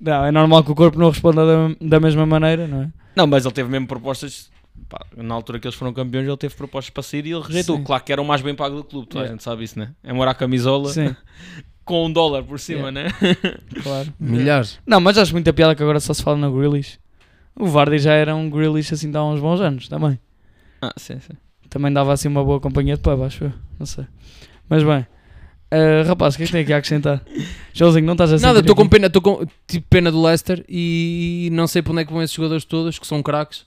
S3: não, é normal que o corpo não responda da, da mesma maneira, não é?
S2: Não, mas ele teve mesmo propostas. pá, na altura que eles foram campeões, ele teve propostas para sair e ele rejeitou.
S3: Sim.
S2: Claro que era o mais bem pago do clube, toda a
S3: Yeah.
S2: gente sabe isso, né? É morar a camisola
S3: Sim,
S2: com um dólar por cima, né?
S3: claro.
S1: Milhares.
S3: Não, mas acho muita piada que agora só se fala no Grealish. O Vardy já era um Grealish assim de há uns bons anos também.
S2: Ah, sim, sim.
S3: Também dava assim uma boa companhia de pub, acho eu. Não sei. Mas bem. Ah, rapaz, o que é que tem aqui a acrescentar? Joãozinho, não estás a
S1: Nada,
S3: sentir
S1: estou com
S3: aqui?
S1: pena, estou com tipo, pena do Leicester e não sei para onde é que vão esses jogadores todos, que são craques.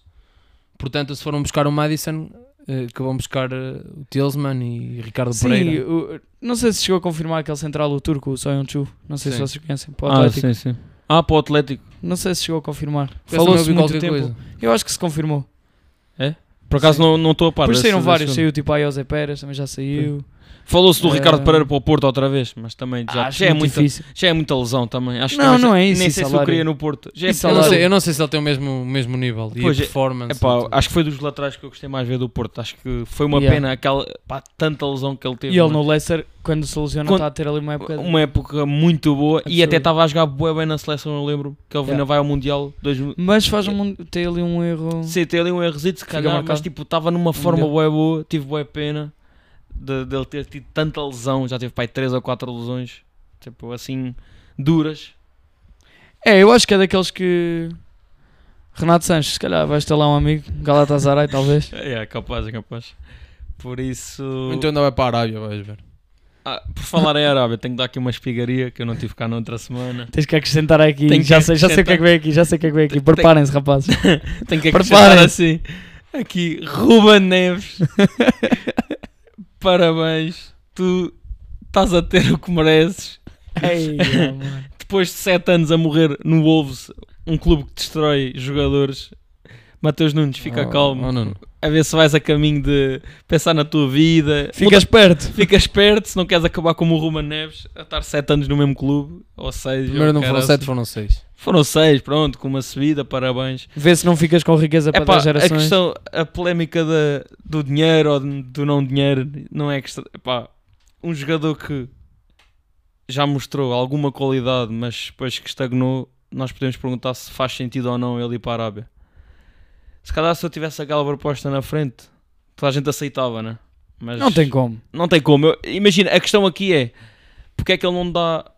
S1: Portanto, se foram buscar o Madison, eh, que vão buscar eh, o Tillsman e Ricardo
S3: Sim,
S1: Pereira.
S3: o- não sei se chegou a confirmar aquele central, o turco, o Soyun Chu. Não sei se
S1: Sim.
S3: vocês conhecem. Para o
S2: Ah,
S3: Atlético.
S2: sim, sim. Ah, para o Atlético.
S3: Não sei se chegou a confirmar.
S1: Parece que também
S3: Falou-se
S1: ouvi
S3: muito
S1: qualquer
S3: tempo.
S1: coisa.
S3: Eu acho que se confirmou.
S2: Por acaso não não estou a par.
S3: Depois
S2: desse-
S3: saíram
S2: desse
S3: vários.
S2: nome.
S3: Saiu tipo a José Pérez, também já saiu.
S2: Falou-se do Ricardo
S3: Eh,
S2: Pereira para o Porto outra vez, mas também já,
S3: Ah, acho
S2: já, é,
S3: muito
S2: muita,
S3: difícil.
S2: já é muita lesão também. Acho
S3: Não,
S2: que
S3: não é isso,
S2: Nem
S3: e
S2: sei se eu
S3: salário?
S2: queria no Porto. Já é
S3: E
S1: Eu
S3: salário?
S1: não,
S2: porque-
S1: sei, eu não sei se ele tem o mesmo, o mesmo nível e
S2: Pois é,
S1: a performance. e
S2: Epá,
S1: tudo.
S2: acho que foi dos laterais que eu gostei mais de ver do Porto. Acho que foi uma
S3: Yeah.
S2: pena aquela pá, tanta lesão que ele teve.
S3: E ele
S2: mano.
S3: no Leicester, quando se lesiona,
S2: Quando-
S3: está a ter ali uma época. de-
S2: Uma época muito boa e
S3: Absurdo.
S2: até estava a jogar bué bem na seleção, eu lembro. Que ele
S3: Yeah.
S2: ainda vai ao Mundial. Dois...
S3: Mas faz um, tem ali um erro.
S2: Sim, tem ali um errozito, se calhar, mas
S3: marcado.
S2: tipo, estava numa forma
S3: Mundial.
S2: bué boa. Tive bué pena de- dele ter tido tanta lesão. Já teve pai 3 ou 4 lesões, tipo, assim, duras.
S3: É, eu acho que é daqueles que. Renato Sanches, se calhar vais ter lá um amigo, Galatasaray talvez.
S2: É, é capaz, é capaz. Por isso.
S1: Então ainda vai para a Arábia, vais ver.
S2: Ah, por falar em Arábia, tenho que dar aqui uma espigaria que eu não tive cá na outra semana.
S3: Tens que acrescentar aqui.
S2: Tenho que
S3: já, sei, já sei o que é
S2: acrescentar.
S3: que vem aqui, já sei o que é que vem aqui.
S2: Tem-
S3: Preparem-se, rapazes.
S2: Tenho que acrescentar
S3: Preparem-se.
S2: assim. Aqui, Ruben Neves. Parabéns. Tu estás a ter o que mereces.
S3: Ei, amor.
S2: Depois de 7 anos a morrer no Wolves, um clube que destrói jogadores. Mateus Nunes, fica
S1: Oh,
S2: calmo.
S1: oh, Nuno.
S2: A ver se vais a caminho de pensar na tua vida.
S3: Fica esperto.
S2: Fica esperto se não queres acabar como o Ruben Neves a estar 7 anos no mesmo clube. Ou 6.
S1: Primeiro não foram sete, foram seis.
S2: Foram 6, pronto, com uma subida, parabéns.
S3: Vê se não ficas com riqueza para
S2: Epá,
S3: das
S2: a
S3: gerações.
S2: questão, a polémica da- do dinheiro ou de- do não dinheiro, não é questão. Epá, um jogador que já mostrou alguma qualidade, mas depois que estagnou, nós podemos perguntar se faz sentido ou não ele ir para a Arábia. Se calhar se eu tivesse aquela proposta na frente, toda a gente aceitava, né? Mas
S3: Não tem como.
S2: não tem como. Eu- imagina, a questão aqui é porque é que ele não dá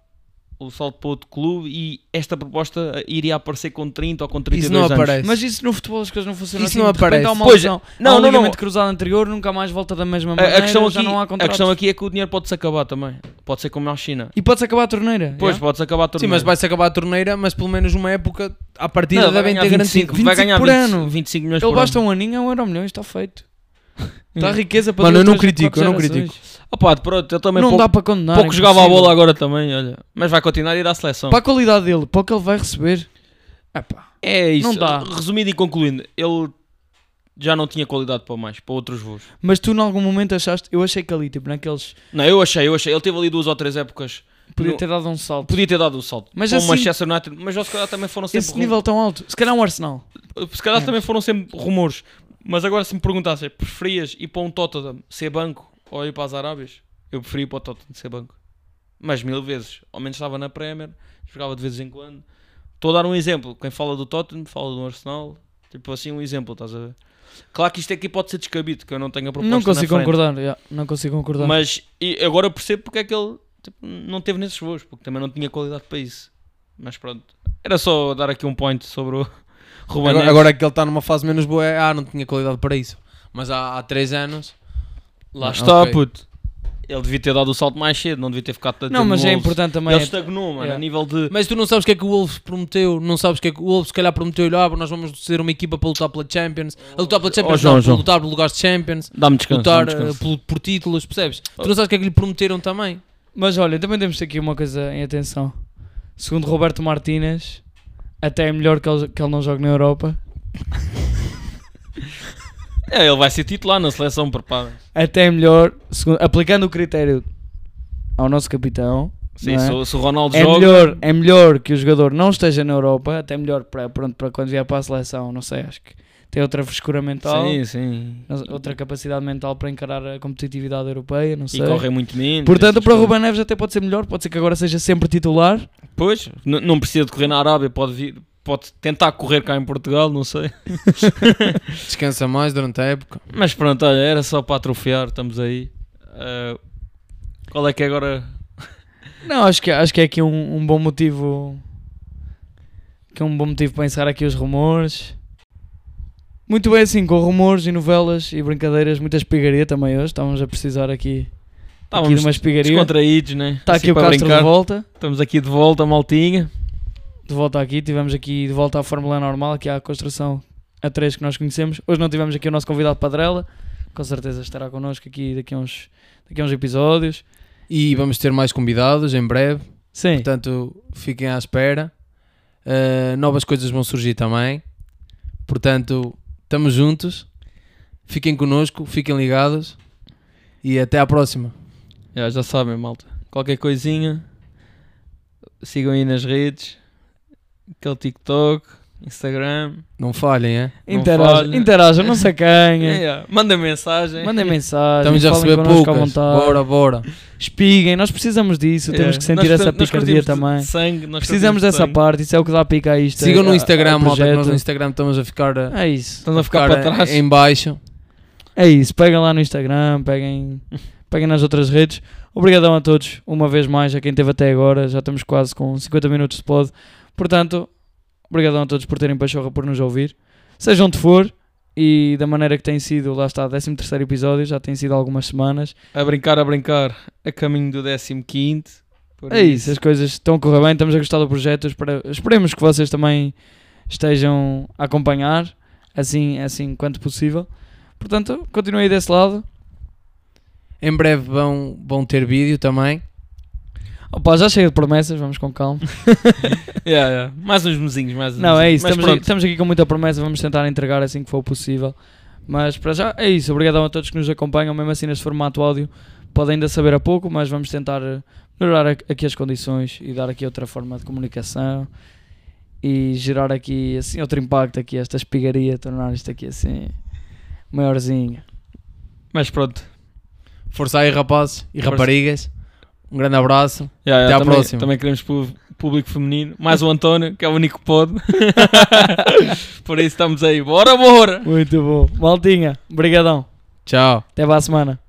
S2: o salto para outro clube e esta proposta iria aparecer com 30 ou com 32
S1: Isso não
S2: anos.
S1: aparece.
S3: Mas isso no futebol as coisas não funcionam
S1: Isso
S3: assim.
S1: não
S3: de repente há
S1: aparece.
S3: uma
S2: Pois,
S3: lesão.
S2: não,
S3: Há um
S2: não, não.
S3: ligamento cruzado anterior, nunca mais volta da mesma
S2: A-
S3: maneira,
S2: a, questão
S3: já
S2: aqui,
S3: não há
S2: a
S3: contratos.
S2: questão aqui é que o dinheiro pode-se acabar também. Pode ser como na China.
S3: E pode-se acabar a torneira.
S2: Pois,
S3: yeah?
S2: pode-se acabar a
S1: Sim,
S2: torneira.
S1: mas vai-se acabar a torneira, mas pelo menos uma época à partida
S2: Não, vai
S1: devem
S2: ganhar
S1: ter
S2: 25,
S1: garantido.
S2: vai ganhar
S3: 25 por
S2: 20,
S3: ano.
S2: 25 milhões
S3: Ele
S2: por
S3: basta
S2: ano.
S3: um aninho, é um euro milhões, está feito. Está a riqueza para
S1: Mano,
S3: duas,
S1: eu não
S3: três,
S1: critico,
S3: quatro
S1: eu não
S3: gerações.
S1: critico.
S2: Opa, pronto, eu também
S3: Não
S2: pouco,
S3: dá para condenar.
S2: pouco
S3: é
S2: jogava a
S3: impossível.
S2: bola agora também, olha. Mas vai continuar a ir à seleção.
S3: Para a qualidade dele, para o que ele vai receber. Ah, pá.
S2: É isso.
S3: Não dá.
S2: Resumindo e concluindo, ele já não tinha qualidade para mais, para outros voos.
S3: Mas tu, em algum momento, achaste. Eu achei que ali, tipo, naqueles.
S2: Não, eu achei, eu achei. Ele teve ali duas ou três épocas.
S3: Podia
S2: Não.
S3: ter dado um salto.
S2: Podia ter dado um salto.
S3: Mas
S2: Para o
S3: assim-
S2: Manchester United, mas se calhar também foram sempre
S3: Esse nível tão alto. Se calhar um Arsenal.
S2: Se calhar também foram sempre rumores. Mas agora se me perguntassem, preferias ir para um Tottenham ser banco ou ir para as Arábias? Eu preferia ir para o Tottenham ser banco. Mas mil vezes. Ao menos estava na Premier, jogava de vez em quando. Estou a dar um exemplo. Quem fala do Tottenham, fala do Arsenal. Tipo assim, um exemplo, estás a ver? Claro que isto aqui pode ser descabido, que eu não tenho a proposta
S3: Não
S2: na
S3: consigo
S2: frente.
S3: concordar. yeah, Não consigo concordar.
S2: Mas e agora eu percebo porque é que ele tipo, não teve nesses voos, porque também não tinha qualidade para isso. Mas pronto. Era só dar aqui um point sobre o Ruben
S1: Agora,
S2: Neves.
S1: agora é que ele está numa fase menos boa, é, ah, não tinha qualidade para isso. Mas há, há três anos.
S2: Lá
S1: Ah,
S2: está,
S1: ok.
S2: puto. Ele devia ter dado o salto mais cedo, não devia ter ficado tanto
S3: Não,
S2: tempo
S3: mas
S2: no
S3: é
S2: Wolves.
S3: importante também.
S2: Ele
S3: é-
S2: estagnou, mano,
S3: Yeah.
S2: a nível de.
S1: Mas tu não sabes o que é que o Wolves prometeu, não sabes o que é que o Wolves se calhar prometeu-lhe, ah, nós vamos ser uma equipa para lutar pela Champions, a lutar pela Champions,
S2: João,
S1: não,
S2: João.
S1: para lutar por lugares de Champions,
S2: Dá-me descanso.
S1: lutar
S2: dá-me
S1: eh,
S2: descanso.
S1: pelo- por, títulos, percebes? Tu não sabes o que é que lhe prometeram também.
S3: Mas olha, também temos aqui uma coisa em atenção. Segundo Roberto Martínez, até é melhor que ele, que ele não jogue na Europa.
S2: É, ele vai ser titular na seleção, prepara.
S3: Até é melhor, segundo- aplicando o critério ao nosso capitão,
S2: Sim,
S3: não é?
S2: se, o- se o Ronaldo
S3: é,
S2: joga.
S3: melhor, é melhor que o jogador não esteja na Europa. Até melhor para, pronto, para quando vier para a seleção. Não sei, acho que tem outra frescura mental,
S2: Sim, sim.
S3: não- outra capacidade mental para encarar a competitividade europeia. Não
S2: E
S3: sei.
S2: corre muito menos.
S3: Portanto,
S2: essas
S3: para o
S2: coisas.
S3: Ruben Neves até pode ser melhor. Pode ser que agora seja sempre titular.
S2: Pois, n- não precisa de correr na Arábia, pode vir. Pode tentar correr cá em Portugal, não sei.
S1: Descansa mais durante a época.
S2: Mas pronto, olha, era só para atrofiar, estamos aí. Ah, qual é que é agora.
S3: Não, acho que, acho que é aqui um, um bom motivo. Que é um bom motivo para encerrar aqui os rumores. Muito bem assim, com rumores e novelas e brincadeiras, muita espigaria também hoje. Estávamos a precisar aqui, aqui de
S2: Estávamos
S3: uma espigaria.
S2: descontraídos, né?
S3: Está
S2: Assim
S3: Tá aqui o
S2: para
S3: Castro de
S2: brincar.
S3: volta.
S2: Estamos aqui de volta, maltinha.
S3: De volta aqui, tivemos aqui de volta à Fórmula Normal, que é a construção a três que nós conhecemos. Hoje não tivemos aqui o nosso convidado Padrela, com certeza estará connosco aqui daqui a uns, daqui a uns episódios.
S1: E vamos ter mais convidados em breve,
S3: Sim,
S1: portanto fiquem à espera. Uh, novas coisas vão surgir também. Portanto, estamos juntos. Fiquem connosco, fiquem ligados e até à próxima.
S2: Já, já sabem, malta. Qualquer coisinha, sigam aí nas redes. Aquele TikTok, Instagram.
S1: Não É falhem, é?
S2: não
S3: interajam,
S2: falha.
S3: interajam, não se acanhem.
S2: Yeah, Manda mensagem.
S3: Mandem mensagem,
S1: é Estamos a
S3: falem
S1: receber
S3: connosco à
S1: poucas.
S3: vontade.
S1: Bora, bora.
S3: Espiguem, nós precisamos disso,
S2: Yeah.
S3: temos que sentir
S2: É. Nós
S3: essa
S2: curti- nós
S3: picardia
S2: curtimos de
S3: também.
S2: Sangue, nós curtimos
S3: Precisamos
S2: de
S3: dessa
S2: sangue.
S3: parte, isso é o que dá pica a isto.
S1: Sigam no
S3: a-
S1: Instagram,
S3: ao
S1: malta, que nós no
S3: projeto.
S1: Instagram estamos a ficar, eh, a eh,
S3: É isso.
S2: Estamos a ficar para trás.
S1: em baixo.
S3: É isso, peguem lá no Instagram, peguem, peguem nas outras redes. Obrigadão a todos, uma vez mais, a quem esteve até agora. Já estamos quase com 50 minutos de pod. Portanto, obrigadão a todos por terem pachorra por nos ouvir. Seja onde for e da maneira que tem sido, lá está, 13 episódio, já tem sido algumas semanas.
S2: A brincar, a brincar. A caminho do 15. por
S3: É isso, as coisas estão a correr bem, estamos a gostar do projeto. espera- Esperemos que vocês também estejam a acompanhar, assim, assim quanto possível. Portanto, continuem aí desse lado.
S1: Em breve vão, vão ter vídeo também.
S3: Opa, já chega de promessas, vamos com calma.
S2: Yeah, yeah. Mais uns mozinhos, mais uns
S3: Não, é isso.
S2: Mas
S3: Estamos aqui,
S2: pronto.
S3: estamos aqui com muita promessa. Vamos tentar entregar assim que for possível. Mas para já é isso. Obrigadão a todos que nos acompanham, mesmo assim neste formato áudio. Podem ainda saber a pouco, mas vamos tentar eh, melhorar a- aqui as condições e dar aqui outra forma de comunicação e gerar aqui assim outro impacto aqui, esta espigaria, tornar isto aqui assim maiorzinho.
S2: Mas pronto.
S1: Força aí, rapazes e
S2: Força.
S1: raparigas. Um grande abraço.
S2: Yeah, yeah,
S1: Até à
S2: também,
S1: próxima.
S2: Também queremos pu- público feminino. Mais o António, que é o único que pode. por isso estamos aí. Bora, bora!
S3: Muito bom. Maltinha, obrigadão.
S1: Tchau.
S3: Até para a semana.